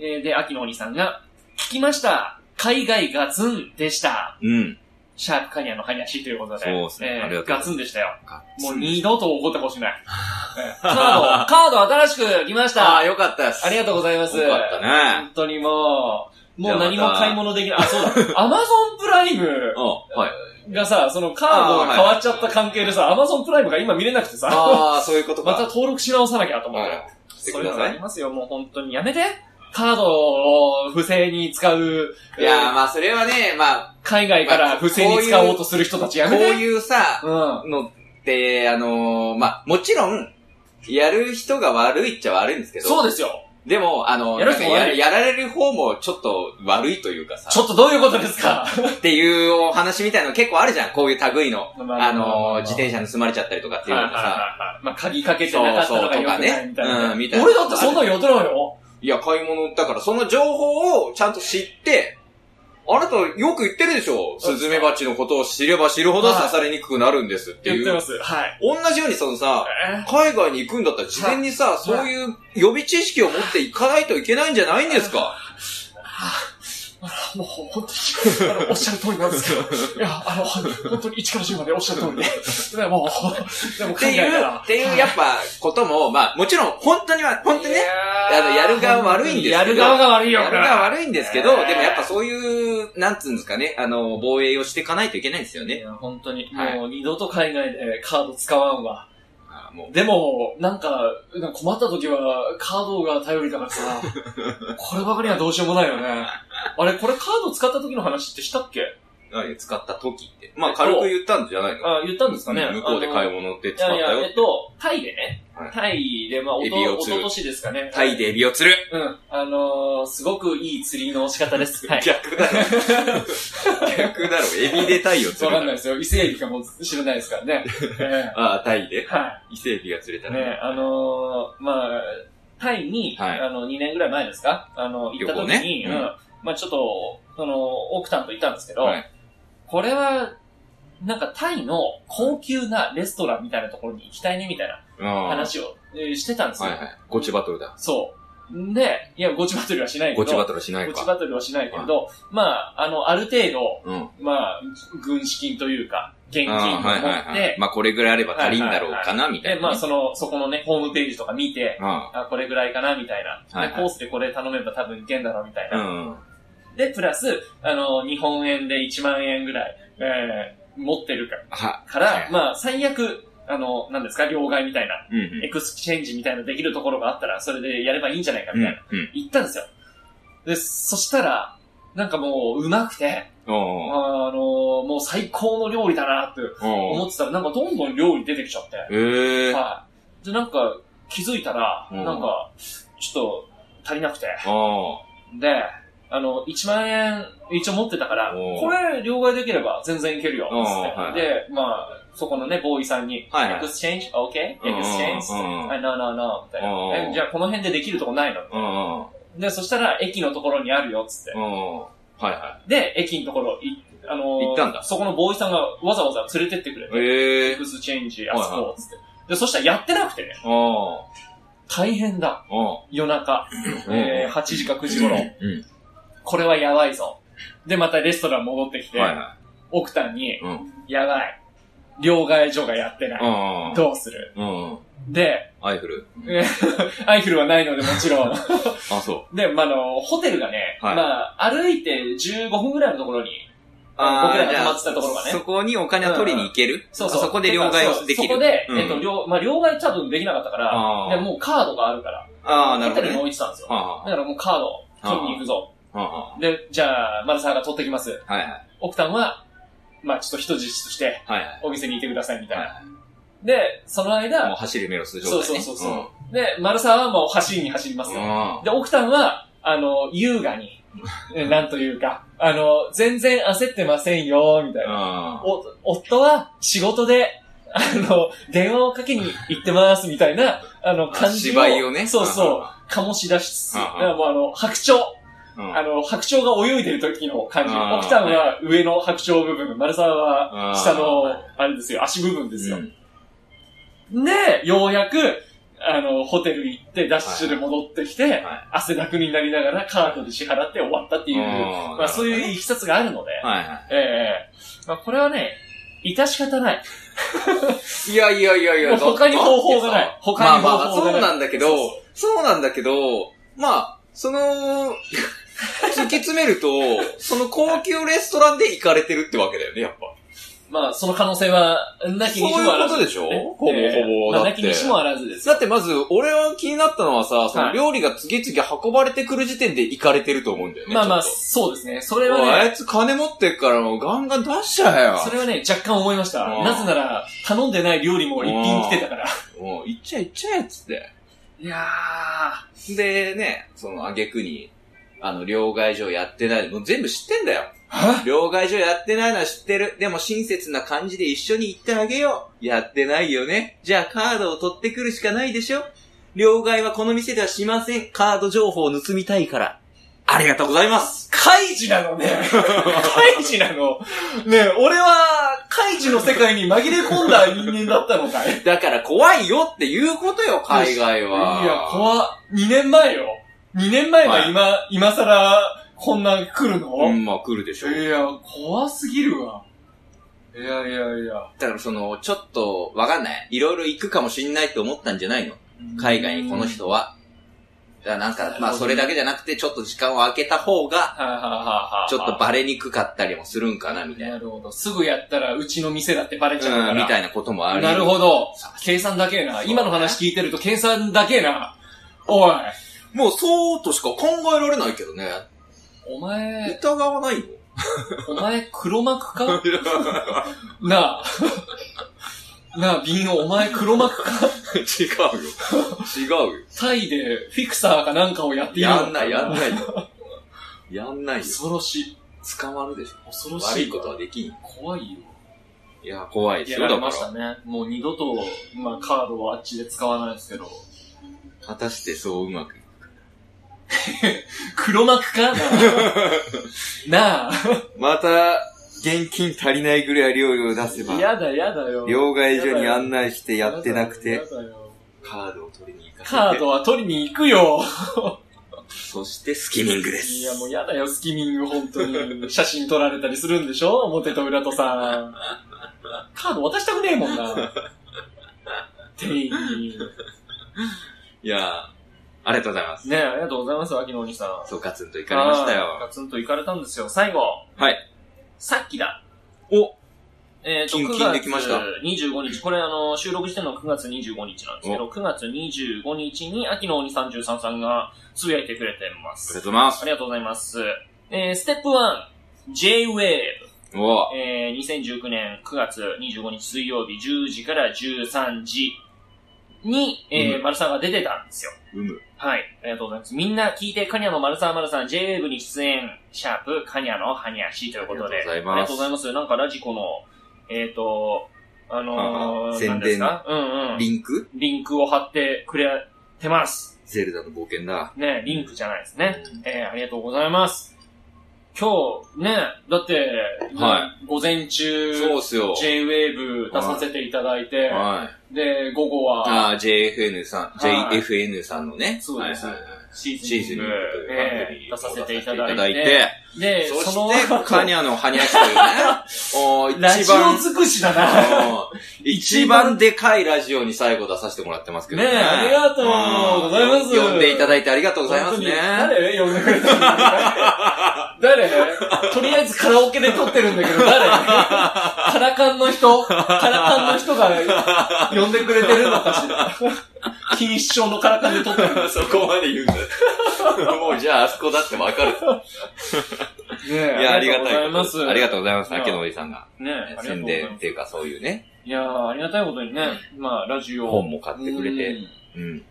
[SPEAKER 2] えー、で、秋の鬼さんが、聞きました海外ガツンでした
[SPEAKER 1] うん。
[SPEAKER 2] シャークカニアのハニヤシということで。
[SPEAKER 1] そうですね
[SPEAKER 2] えー
[SPEAKER 1] ありがとうござい
[SPEAKER 2] ガ
[SPEAKER 1] ます
[SPEAKER 2] ツンでしたよ。もう二
[SPEAKER 1] 度。
[SPEAKER 2] 度と怒ってほしくない。カード、カード新しく来まし
[SPEAKER 1] あ
[SPEAKER 2] た
[SPEAKER 1] あ、
[SPEAKER 2] あ
[SPEAKER 1] よかったです。
[SPEAKER 2] りがとうございます。
[SPEAKER 1] よかったね。
[SPEAKER 2] 本当にもう、もう何
[SPEAKER 1] じゃあ
[SPEAKER 2] も
[SPEAKER 1] また
[SPEAKER 2] 買い物できない。あ、そうだ。アマゾンプライム
[SPEAKER 1] あはい。
[SPEAKER 2] がさ、そのカードが変わっちゃった関係でさ、アマゾンプライムが今見れなくてさ、
[SPEAKER 1] ああ、そういうことか。
[SPEAKER 2] また登録し直さなきゃと思っ
[SPEAKER 1] は
[SPEAKER 2] て。
[SPEAKER 1] い。して
[SPEAKER 2] そう
[SPEAKER 1] く
[SPEAKER 2] い
[SPEAKER 1] だ
[SPEAKER 2] うのが
[SPEAKER 1] さ
[SPEAKER 2] あ
[SPEAKER 1] い
[SPEAKER 2] り。ますよ、もう本当に。やめてカードを不正に使う、
[SPEAKER 1] いやーまあ、それはね、まあ、
[SPEAKER 2] 海外から不正に使おうとする人たちや
[SPEAKER 1] こう
[SPEAKER 2] めて
[SPEAKER 1] いうさ、
[SPEAKER 2] うん。
[SPEAKER 1] のって、あのーまあ、もちろん、やる人が悪いっちゃ悪いんですけど、
[SPEAKER 2] そうですよ。
[SPEAKER 1] でも、あの、
[SPEAKER 2] や
[SPEAKER 1] や
[SPEAKER 2] る人も悪い
[SPEAKER 1] ややられる方もちょっと悪いというかさ、
[SPEAKER 2] ちょっとどういうことですか
[SPEAKER 1] っていうお話みたいなの結構あるじゃん、こういう類の。あのー自転車盗まれちゃったりとかっていうのがさ、
[SPEAKER 2] まあ、鍵かけてなかったのが良くないみた
[SPEAKER 1] そ
[SPEAKER 2] い
[SPEAKER 1] うそうとかね
[SPEAKER 2] な。
[SPEAKER 1] うんみたいな
[SPEAKER 2] 俺だってそんなの予定ないよ。
[SPEAKER 1] いや、買い物、だからその情報をちゃんと知って、あなたよく言ってるでしょスズメバチのことを知れば知るほど刺されにくくなるんですって
[SPEAKER 2] 言っ
[SPEAKER 1] い
[SPEAKER 2] て
[SPEAKER 1] う
[SPEAKER 2] ま。す。はい。
[SPEAKER 1] 同じようにそのさ、海外に行くんだったら事前にさ、そういう予備知識を持っていかないといけないんじゃないんですか
[SPEAKER 2] もう、本 当に、あの、おっしゃる通りなんですけど。いや、あの、本当に1から10までおっしゃる通 りで。でも、でも
[SPEAKER 1] って
[SPEAKER 2] 海
[SPEAKER 1] い
[SPEAKER 2] 外か
[SPEAKER 1] う
[SPEAKER 2] ら、。
[SPEAKER 1] っていうやっぱことも、まあもちろん本当には、本当にね、あのやる側悪いんですけど
[SPEAKER 2] やる側が悪いよ。
[SPEAKER 1] やるが悪いんですけど、
[SPEAKER 2] ねえ
[SPEAKER 1] でもやっぱそういう、なんつうんですかね、あの、防衛をしていかないといけないんですよ
[SPEAKER 2] い
[SPEAKER 1] ね。
[SPEAKER 2] や、本当に、
[SPEAKER 1] はい
[SPEAKER 2] もう二度と海外でカード使わんわ。
[SPEAKER 1] あも
[SPEAKER 2] でも、なんか、なんか困った時はカードが頼りだか らさ、こればかりはどうしようもないよね。あれ、これカード使った時の話ってしたっけ
[SPEAKER 1] う何使った時って。まあ、軽く言ったんじゃないの
[SPEAKER 2] あ、言ったんですかね。
[SPEAKER 1] 向こうで買い物で使った
[SPEAKER 2] いやい
[SPEAKER 1] よ
[SPEAKER 2] や、え。っと、タイでね
[SPEAKER 1] はい。
[SPEAKER 2] タイで、まあ、お
[SPEAKER 1] エ
[SPEAKER 2] と、
[SPEAKER 1] ビを
[SPEAKER 2] お
[SPEAKER 1] 釣る
[SPEAKER 2] ととしですかね。
[SPEAKER 1] タイでエビを釣る
[SPEAKER 2] うん。あのー、すごくいい釣りの仕方です。はい。
[SPEAKER 1] 逆だろ。 逆だろ。エビでタイを釣
[SPEAKER 3] わ
[SPEAKER 1] る
[SPEAKER 3] かんないですよ。伊勢エビかも知らないですから ね。え
[SPEAKER 1] ああ、タイで
[SPEAKER 2] はい。
[SPEAKER 1] 伊勢エビが釣れた
[SPEAKER 2] ね、あのーまあ、タイに、
[SPEAKER 1] はい
[SPEAKER 2] あの、2年ぐらい前ですかあの、行った時に、
[SPEAKER 1] 旅行ねう
[SPEAKER 2] うんんまあちょっと、その、奥さんと行ったんですけど、
[SPEAKER 1] はい
[SPEAKER 2] これは、なんかタイの高級なレストランみたいなところに行きたいねみたいな
[SPEAKER 1] ああ
[SPEAKER 2] 話を、えーしてたんですよ。
[SPEAKER 1] はいはい。ゴチバトルだ。
[SPEAKER 2] そう。んで、いや、ゴチバトルはしないけど、
[SPEAKER 1] ゴチバトルしない
[SPEAKER 2] ゴチ
[SPEAKER 1] か。
[SPEAKER 2] バトルはしないけれど、まあ、あの、ある程度、
[SPEAKER 1] うん。
[SPEAKER 2] まあ、軍資金というか、現金を
[SPEAKER 1] ああ、
[SPEAKER 2] 持
[SPEAKER 1] は
[SPEAKER 2] っ
[SPEAKER 1] い
[SPEAKER 2] て、
[SPEAKER 1] はいはい。まあ、これぐらいあれば足りんだろうかな、みたい
[SPEAKER 2] で、
[SPEAKER 1] な。
[SPEAKER 2] まあ、その、そこのね、ホームページとか見て、
[SPEAKER 1] あ
[SPEAKER 2] あ、これぐらいかな、みたいな。で
[SPEAKER 1] はいはい
[SPEAKER 2] コースでこれ頼めば多分いけんだろう、みたい
[SPEAKER 1] あ、う
[SPEAKER 2] な。
[SPEAKER 1] んうん。
[SPEAKER 2] で、プラス、あの、日本円で1万円ぐらい、えー持ってるか
[SPEAKER 1] は、
[SPEAKER 2] から、
[SPEAKER 1] はいはい
[SPEAKER 2] まあ、最悪、あの、何ですか、両替みたいな、
[SPEAKER 1] うんう
[SPEAKER 2] エ
[SPEAKER 1] ん。
[SPEAKER 2] クスチェンジみたいなできるところがあったら、それでやればいいんじゃないか、
[SPEAKER 1] う
[SPEAKER 2] み
[SPEAKER 1] ん
[SPEAKER 2] たいな。
[SPEAKER 1] うん。
[SPEAKER 2] 言ったんですよ。で、そしたら、なんかもう、うまくて、あ
[SPEAKER 1] おー
[SPEAKER 2] の、もう最高の料理だな、って
[SPEAKER 1] お
[SPEAKER 2] 思ってたら、なんかどんどん料理出てきちゃって。
[SPEAKER 1] ええ。
[SPEAKER 2] はい。で、なんか、気づいたら、
[SPEAKER 1] うん
[SPEAKER 2] なんか、ちょっと、足りなくて。
[SPEAKER 1] お
[SPEAKER 2] で、あの、1万円一応持ってたから、
[SPEAKER 1] おー
[SPEAKER 2] これ、両替できれば全然いけるよ、
[SPEAKER 1] おー
[SPEAKER 2] つって、
[SPEAKER 1] はいはい
[SPEAKER 2] で、まあ、そこのね、ボーイさんに、
[SPEAKER 1] はいはい
[SPEAKER 2] エクスチェンジ ?OK? エ
[SPEAKER 1] うんうんうん
[SPEAKER 2] クスチェンジ
[SPEAKER 1] うん
[SPEAKER 2] あ、no, no, no, みたい
[SPEAKER 1] お
[SPEAKER 2] な
[SPEAKER 1] ー。
[SPEAKER 2] えじゃあ、この辺でできるとこないの
[SPEAKER 1] うんうん。
[SPEAKER 2] で、そしたら、駅のところにあるよ、つって。
[SPEAKER 1] うん。はいは
[SPEAKER 2] で、駅のところ、い、あのー
[SPEAKER 1] 行ったんだ
[SPEAKER 2] そこのボーイさんがわざわざ連れてってくれ
[SPEAKER 1] い。
[SPEAKER 2] て、
[SPEAKER 1] え
[SPEAKER 2] エ
[SPEAKER 1] え。
[SPEAKER 2] クスチェンジ、あそこ、つって。で、そしたらやってなくてね、
[SPEAKER 1] おー
[SPEAKER 2] 大変だ。
[SPEAKER 1] お
[SPEAKER 2] 夜中、
[SPEAKER 1] ー
[SPEAKER 2] えー8時か9時頃、
[SPEAKER 1] うん。
[SPEAKER 2] これはやばいぞ。で、またレストラン戻ってきて、
[SPEAKER 1] はいは
[SPEAKER 2] 奥さんに、
[SPEAKER 1] う
[SPEAKER 2] やばい。両替所がやってない
[SPEAKER 1] い。。うん。
[SPEAKER 2] どうする
[SPEAKER 1] うんうん。
[SPEAKER 2] で、
[SPEAKER 1] アイフル。
[SPEAKER 2] えーアイフルはないのでもちろ ん。
[SPEAKER 1] あ、そう。
[SPEAKER 2] で、まあ、あの、ホテルがね、
[SPEAKER 1] はい
[SPEAKER 2] まあ、歩いて15分ぐらいのところに、
[SPEAKER 1] あ
[SPEAKER 2] 僕ら
[SPEAKER 1] ー
[SPEAKER 2] が
[SPEAKER 1] じ
[SPEAKER 2] 泊
[SPEAKER 1] ゃ
[SPEAKER 2] ま
[SPEAKER 1] あ
[SPEAKER 2] ってたところがね
[SPEAKER 1] そこにお金を取りに行ける
[SPEAKER 2] そうそう。
[SPEAKER 1] あそこで両替をできる。
[SPEAKER 2] そうそこで、
[SPEAKER 1] うん
[SPEAKER 2] えっと、両、まあ、両替多分できなかったから、
[SPEAKER 1] あ
[SPEAKER 2] で、
[SPEAKER 1] ー
[SPEAKER 2] もうカードがあるから、
[SPEAKER 1] あー、なる
[SPEAKER 2] ホ
[SPEAKER 1] ほ
[SPEAKER 2] テ
[SPEAKER 1] ど
[SPEAKER 2] ルに
[SPEAKER 1] ね。
[SPEAKER 2] 置いてたんですよ。
[SPEAKER 1] は
[SPEAKER 2] だ
[SPEAKER 1] あは
[SPEAKER 2] からもうカードを取りに行くぞ。
[SPEAKER 1] あは
[SPEAKER 2] で、じゃあ、マルサーが取ってきます。
[SPEAKER 1] あはいはい。
[SPEAKER 2] 奥さんは、まあ、ちょっと人質として、
[SPEAKER 1] はいはい。
[SPEAKER 2] お店にいてください、みたい
[SPEAKER 1] は
[SPEAKER 2] な。
[SPEAKER 1] いはい
[SPEAKER 2] で、その間
[SPEAKER 1] もう、走るメロス状態
[SPEAKER 2] そう
[SPEAKER 1] ね。
[SPEAKER 2] そうそうそう。で、丸沢はもう走りに走ります
[SPEAKER 1] うん。
[SPEAKER 2] よ。
[SPEAKER 1] あ
[SPEAKER 2] で、奥さんは、あの、優雅に、 なんというか、あの、全然焦ってませんよ、みたいな。
[SPEAKER 1] あ。
[SPEAKER 2] お、夫は仕事で、あの、電話をかけに行ってます、みたいな、あの、感じを。
[SPEAKER 1] 芝居をね。
[SPEAKER 2] そうそう。醸し出しつつ、
[SPEAKER 1] うん
[SPEAKER 2] だからもうあの、白鳥。
[SPEAKER 1] うん。うん。
[SPEAKER 2] あの、白鳥が泳いでる時の感じ。
[SPEAKER 1] うん
[SPEAKER 2] 奥さんは上の白鳥部分、丸沢は下
[SPEAKER 1] う
[SPEAKER 2] の
[SPEAKER 1] ん、
[SPEAKER 2] あれですよ、足部分ですよ
[SPEAKER 1] う。ん
[SPEAKER 2] で、ようやく、あの、ホテル行って、ダッシュで戻ってきて、
[SPEAKER 1] はい
[SPEAKER 2] 汗だくになりながらカードで支払って終わったっていう、
[SPEAKER 1] あー
[SPEAKER 2] まあそういういきさつがあるので、
[SPEAKER 1] はいは
[SPEAKER 2] ええまあこれはね、致し方ない。
[SPEAKER 1] い。いやいやいやい
[SPEAKER 2] も
[SPEAKER 1] や。
[SPEAKER 2] う他に方法がない
[SPEAKER 1] だってさ
[SPEAKER 2] 他に方法がない
[SPEAKER 1] まあまあ、そうなんだけど
[SPEAKER 2] そう、
[SPEAKER 1] そうなんだけど、まあ、その、突き詰め ると、その高級レストランで行かれてるってわけだよね、やっぱ。
[SPEAKER 2] まあその可能性は、なき
[SPEAKER 1] そう
[SPEAKER 2] にし
[SPEAKER 1] い
[SPEAKER 2] もあら
[SPEAKER 1] う
[SPEAKER 2] ず
[SPEAKER 1] ことでしょ
[SPEAKER 2] ね、
[SPEAKER 1] ほぼほぼ。
[SPEAKER 2] まあ
[SPEAKER 1] だ
[SPEAKER 2] な
[SPEAKER 1] っ
[SPEAKER 2] き
[SPEAKER 1] て。
[SPEAKER 2] にしもあらずです。
[SPEAKER 1] だってまず、俺は気になったのはさ、そ
[SPEAKER 2] は
[SPEAKER 1] の
[SPEAKER 2] い
[SPEAKER 1] 料理が次々運ばれてくる時点で行かれてると思うんだよね。
[SPEAKER 2] まあまあ、
[SPEAKER 1] ちょっ
[SPEAKER 2] そうですね。それ
[SPEAKER 1] とおい
[SPEAKER 2] は
[SPEAKER 1] あ
[SPEAKER 2] ね、
[SPEAKER 1] いつ金持ってっからもうガンガン出しちゃえよ。
[SPEAKER 2] それはね、若干思いました。
[SPEAKER 1] うん
[SPEAKER 2] なぜなら、頼んでない料理も一品来てたから。
[SPEAKER 1] もう、行っちゃえ行っちゃえっつって。
[SPEAKER 2] いや
[SPEAKER 1] でね、その挙句に、あの、両替所やってない。もう全部知ってんだよ。
[SPEAKER 2] ー。
[SPEAKER 1] 両替所やってないのは知ってる。でも親切な感じで一緒に行ってあげよう。やってないよね。じゃあカードを取ってくるしかないでしょ両替はこの店ではしません。カード情報を盗みたいから。ありがとうございます。
[SPEAKER 2] カイジな のね。カイジなの。ねえ俺は、カイジの世界に紛れ込んだ人間だったのかいい
[SPEAKER 1] だから怖いよっていうことよ、海外は。
[SPEAKER 2] や、怖っ。2年前よ。2年前が今、今更、こんな来るの、
[SPEAKER 1] うん、まあ来るでしょ。
[SPEAKER 3] え。いや、怖すぎるわ。いやいやいや。
[SPEAKER 1] だからその、ちょっと、わかんない。いろいろ行くかもしんないと思ったんじゃないの海外にこの。人は。だからなんか、まあそれだけじゃなくて、ちょっと時間を空けた方が、
[SPEAKER 3] はいはいはいはい。
[SPEAKER 1] ちょっとバレにくかったりもするんかな、みたいな。
[SPEAKER 3] なるほど。すぐやったら、うちの店だってバレちゃうか
[SPEAKER 1] う
[SPEAKER 3] ら。
[SPEAKER 1] ん、みたいなこともある。
[SPEAKER 3] なる
[SPEAKER 1] ど。
[SPEAKER 3] ほど。計算だけえな。今の話聞いてると計算だけえな。おい。
[SPEAKER 1] もうそうとしか考えられないけどね。
[SPEAKER 3] お前、
[SPEAKER 1] 疑わないの
[SPEAKER 2] お前黒 幕かな あ。なあ、瓶をお前黒幕か
[SPEAKER 1] 違うよ。違うよ。
[SPEAKER 2] タイでフィクサーかなんかをやっている
[SPEAKER 1] や
[SPEAKER 2] のか
[SPEAKER 1] んない、やんない よ。やんないよ。
[SPEAKER 2] 恐ろしい。
[SPEAKER 1] 捕まるでしょ。
[SPEAKER 2] 恐ろしい。
[SPEAKER 1] 悪いことはできんよ。
[SPEAKER 2] 怖いよ。
[SPEAKER 1] いや、怖いです
[SPEAKER 2] や
[SPEAKER 1] よ。
[SPEAKER 2] ら
[SPEAKER 1] だ
[SPEAKER 2] れ
[SPEAKER 1] か
[SPEAKER 2] ました
[SPEAKER 1] ら。
[SPEAKER 2] ね。もう二度と、まあカードはあっちで使わないですけど。
[SPEAKER 1] 果たしてそううまく。
[SPEAKER 2] 黒幕かなあ。な
[SPEAKER 1] また、現金足りないぐらい料理 を出せ
[SPEAKER 2] あ。
[SPEAKER 1] ば、
[SPEAKER 2] やだやだよ。
[SPEAKER 1] 両替所に案内してやってなく
[SPEAKER 2] や
[SPEAKER 1] て、
[SPEAKER 2] だよ。
[SPEAKER 1] カードを取りに行かせて。
[SPEAKER 2] カードは取りに行くよ。
[SPEAKER 1] そして、スキミングです。
[SPEAKER 2] いや、もうやだよ、スキミング、本当に。写真撮られたりするんでしょ表と裏とさ。カード渡したくねえもんな。店員に。
[SPEAKER 1] いやありがとうございます。
[SPEAKER 2] ねえ、ありがとうございます、秋のお兄さん。
[SPEAKER 1] そう、ガツンと行かれました
[SPEAKER 2] はいガ
[SPEAKER 1] よ。
[SPEAKER 2] ツンと行かれたんですよ。最後。
[SPEAKER 1] はい。
[SPEAKER 2] さっきだ。
[SPEAKER 1] お
[SPEAKER 2] えっ、と、
[SPEAKER 1] キンキン
[SPEAKER 2] 9
[SPEAKER 1] できました
[SPEAKER 2] 月25日。これあの、収録してるのは9月25日なんですけど、9月25日に秋の鬼33さんがつぶやいてくれて
[SPEAKER 1] あり
[SPEAKER 2] ま
[SPEAKER 1] が
[SPEAKER 2] す。
[SPEAKER 1] とうございま
[SPEAKER 2] あ
[SPEAKER 1] す。
[SPEAKER 2] りがとうございます。えー、ステップ1、J-Wave。
[SPEAKER 1] お
[SPEAKER 2] えー、2019年9月25日水曜日10時から13時に、えー、
[SPEAKER 1] うん
[SPEAKER 2] 丸さんが出てたんですよ。
[SPEAKER 1] うむ。
[SPEAKER 2] はい。ありがとうございます。みんな聞いて、カニャの丸沢丸さん、JWave に出演、シャープ、カニャのハニャシということで。
[SPEAKER 1] ありがとうございます
[SPEAKER 2] ありがとうございます。なんかラジコの、えっ、ー、と、あの
[SPEAKER 1] あ
[SPEAKER 2] ー、
[SPEAKER 1] 宣伝
[SPEAKER 2] なんですかうんうん。
[SPEAKER 1] リンク
[SPEAKER 2] リンクを貼ってくれてます。
[SPEAKER 1] ゼルダの冒険だ。
[SPEAKER 2] ね、リンクじゃないですね。えー、ありがとうございます。今日、ね、だって、
[SPEAKER 1] は
[SPEAKER 2] 午前中、
[SPEAKER 1] そうっすよ。
[SPEAKER 2] JWave 出させていただいて、
[SPEAKER 1] はい。
[SPEAKER 2] で、午後は、
[SPEAKER 1] ああ、JFN さん、
[SPEAKER 2] はい
[SPEAKER 1] JFN さんのね。
[SPEAKER 2] そうです
[SPEAKER 1] はいはいはい
[SPEAKER 2] シーズ
[SPEAKER 1] シ
[SPEAKER 2] ニ
[SPEAKER 1] ーズ
[SPEAKER 2] ン
[SPEAKER 1] ニ
[SPEAKER 2] グ
[SPEAKER 1] ングという番
[SPEAKER 2] え
[SPEAKER 1] 組
[SPEAKER 2] ー
[SPEAKER 1] に
[SPEAKER 2] 出させて
[SPEAKER 1] 出
[SPEAKER 2] いた
[SPEAKER 1] させていた
[SPEAKER 2] だ
[SPEAKER 1] だ
[SPEAKER 2] い
[SPEAKER 1] い
[SPEAKER 2] て
[SPEAKER 1] て、、
[SPEAKER 2] で、
[SPEAKER 1] そ
[SPEAKER 2] その、
[SPEAKER 1] して、カニャのハニャシというね、おー
[SPEAKER 2] ラ
[SPEAKER 1] 一
[SPEAKER 2] ジ
[SPEAKER 1] 番
[SPEAKER 2] オ、尽くしだな。
[SPEAKER 1] あー一番でかいラジオに最後出させてもらってますけど
[SPEAKER 2] ねえありがとうございます
[SPEAKER 1] うん呼んでいただいてありがとうございま
[SPEAKER 2] 本
[SPEAKER 1] す
[SPEAKER 2] 当に
[SPEAKER 1] ね。
[SPEAKER 2] 誰呼んでくれたの誰とりあえずカラオケで撮ってるんだけど、誰カラカンの人カラカンの人が呼んでくれてるのかしら。錦糸町のカラカンで撮ってるんです
[SPEAKER 1] そ こまで言うんだよ。もうじゃあ、あそこだってわかる。
[SPEAKER 2] ねえ
[SPEAKER 1] いや、ありがたい
[SPEAKER 2] ありがとうございます。
[SPEAKER 1] ありがとうございます。
[SPEAKER 2] いや
[SPEAKER 1] 秋のおじさんが。
[SPEAKER 2] ねえありがとう
[SPEAKER 1] 宣
[SPEAKER 2] ござい
[SPEAKER 1] 伝
[SPEAKER 2] ま
[SPEAKER 1] っ
[SPEAKER 2] す。
[SPEAKER 1] ていうか、そういうね、
[SPEAKER 2] いやーありがたいことにね、まあ、ラジオ。
[SPEAKER 1] 本も買ってくれ
[SPEAKER 2] う
[SPEAKER 1] て。
[SPEAKER 2] ん
[SPEAKER 1] うん。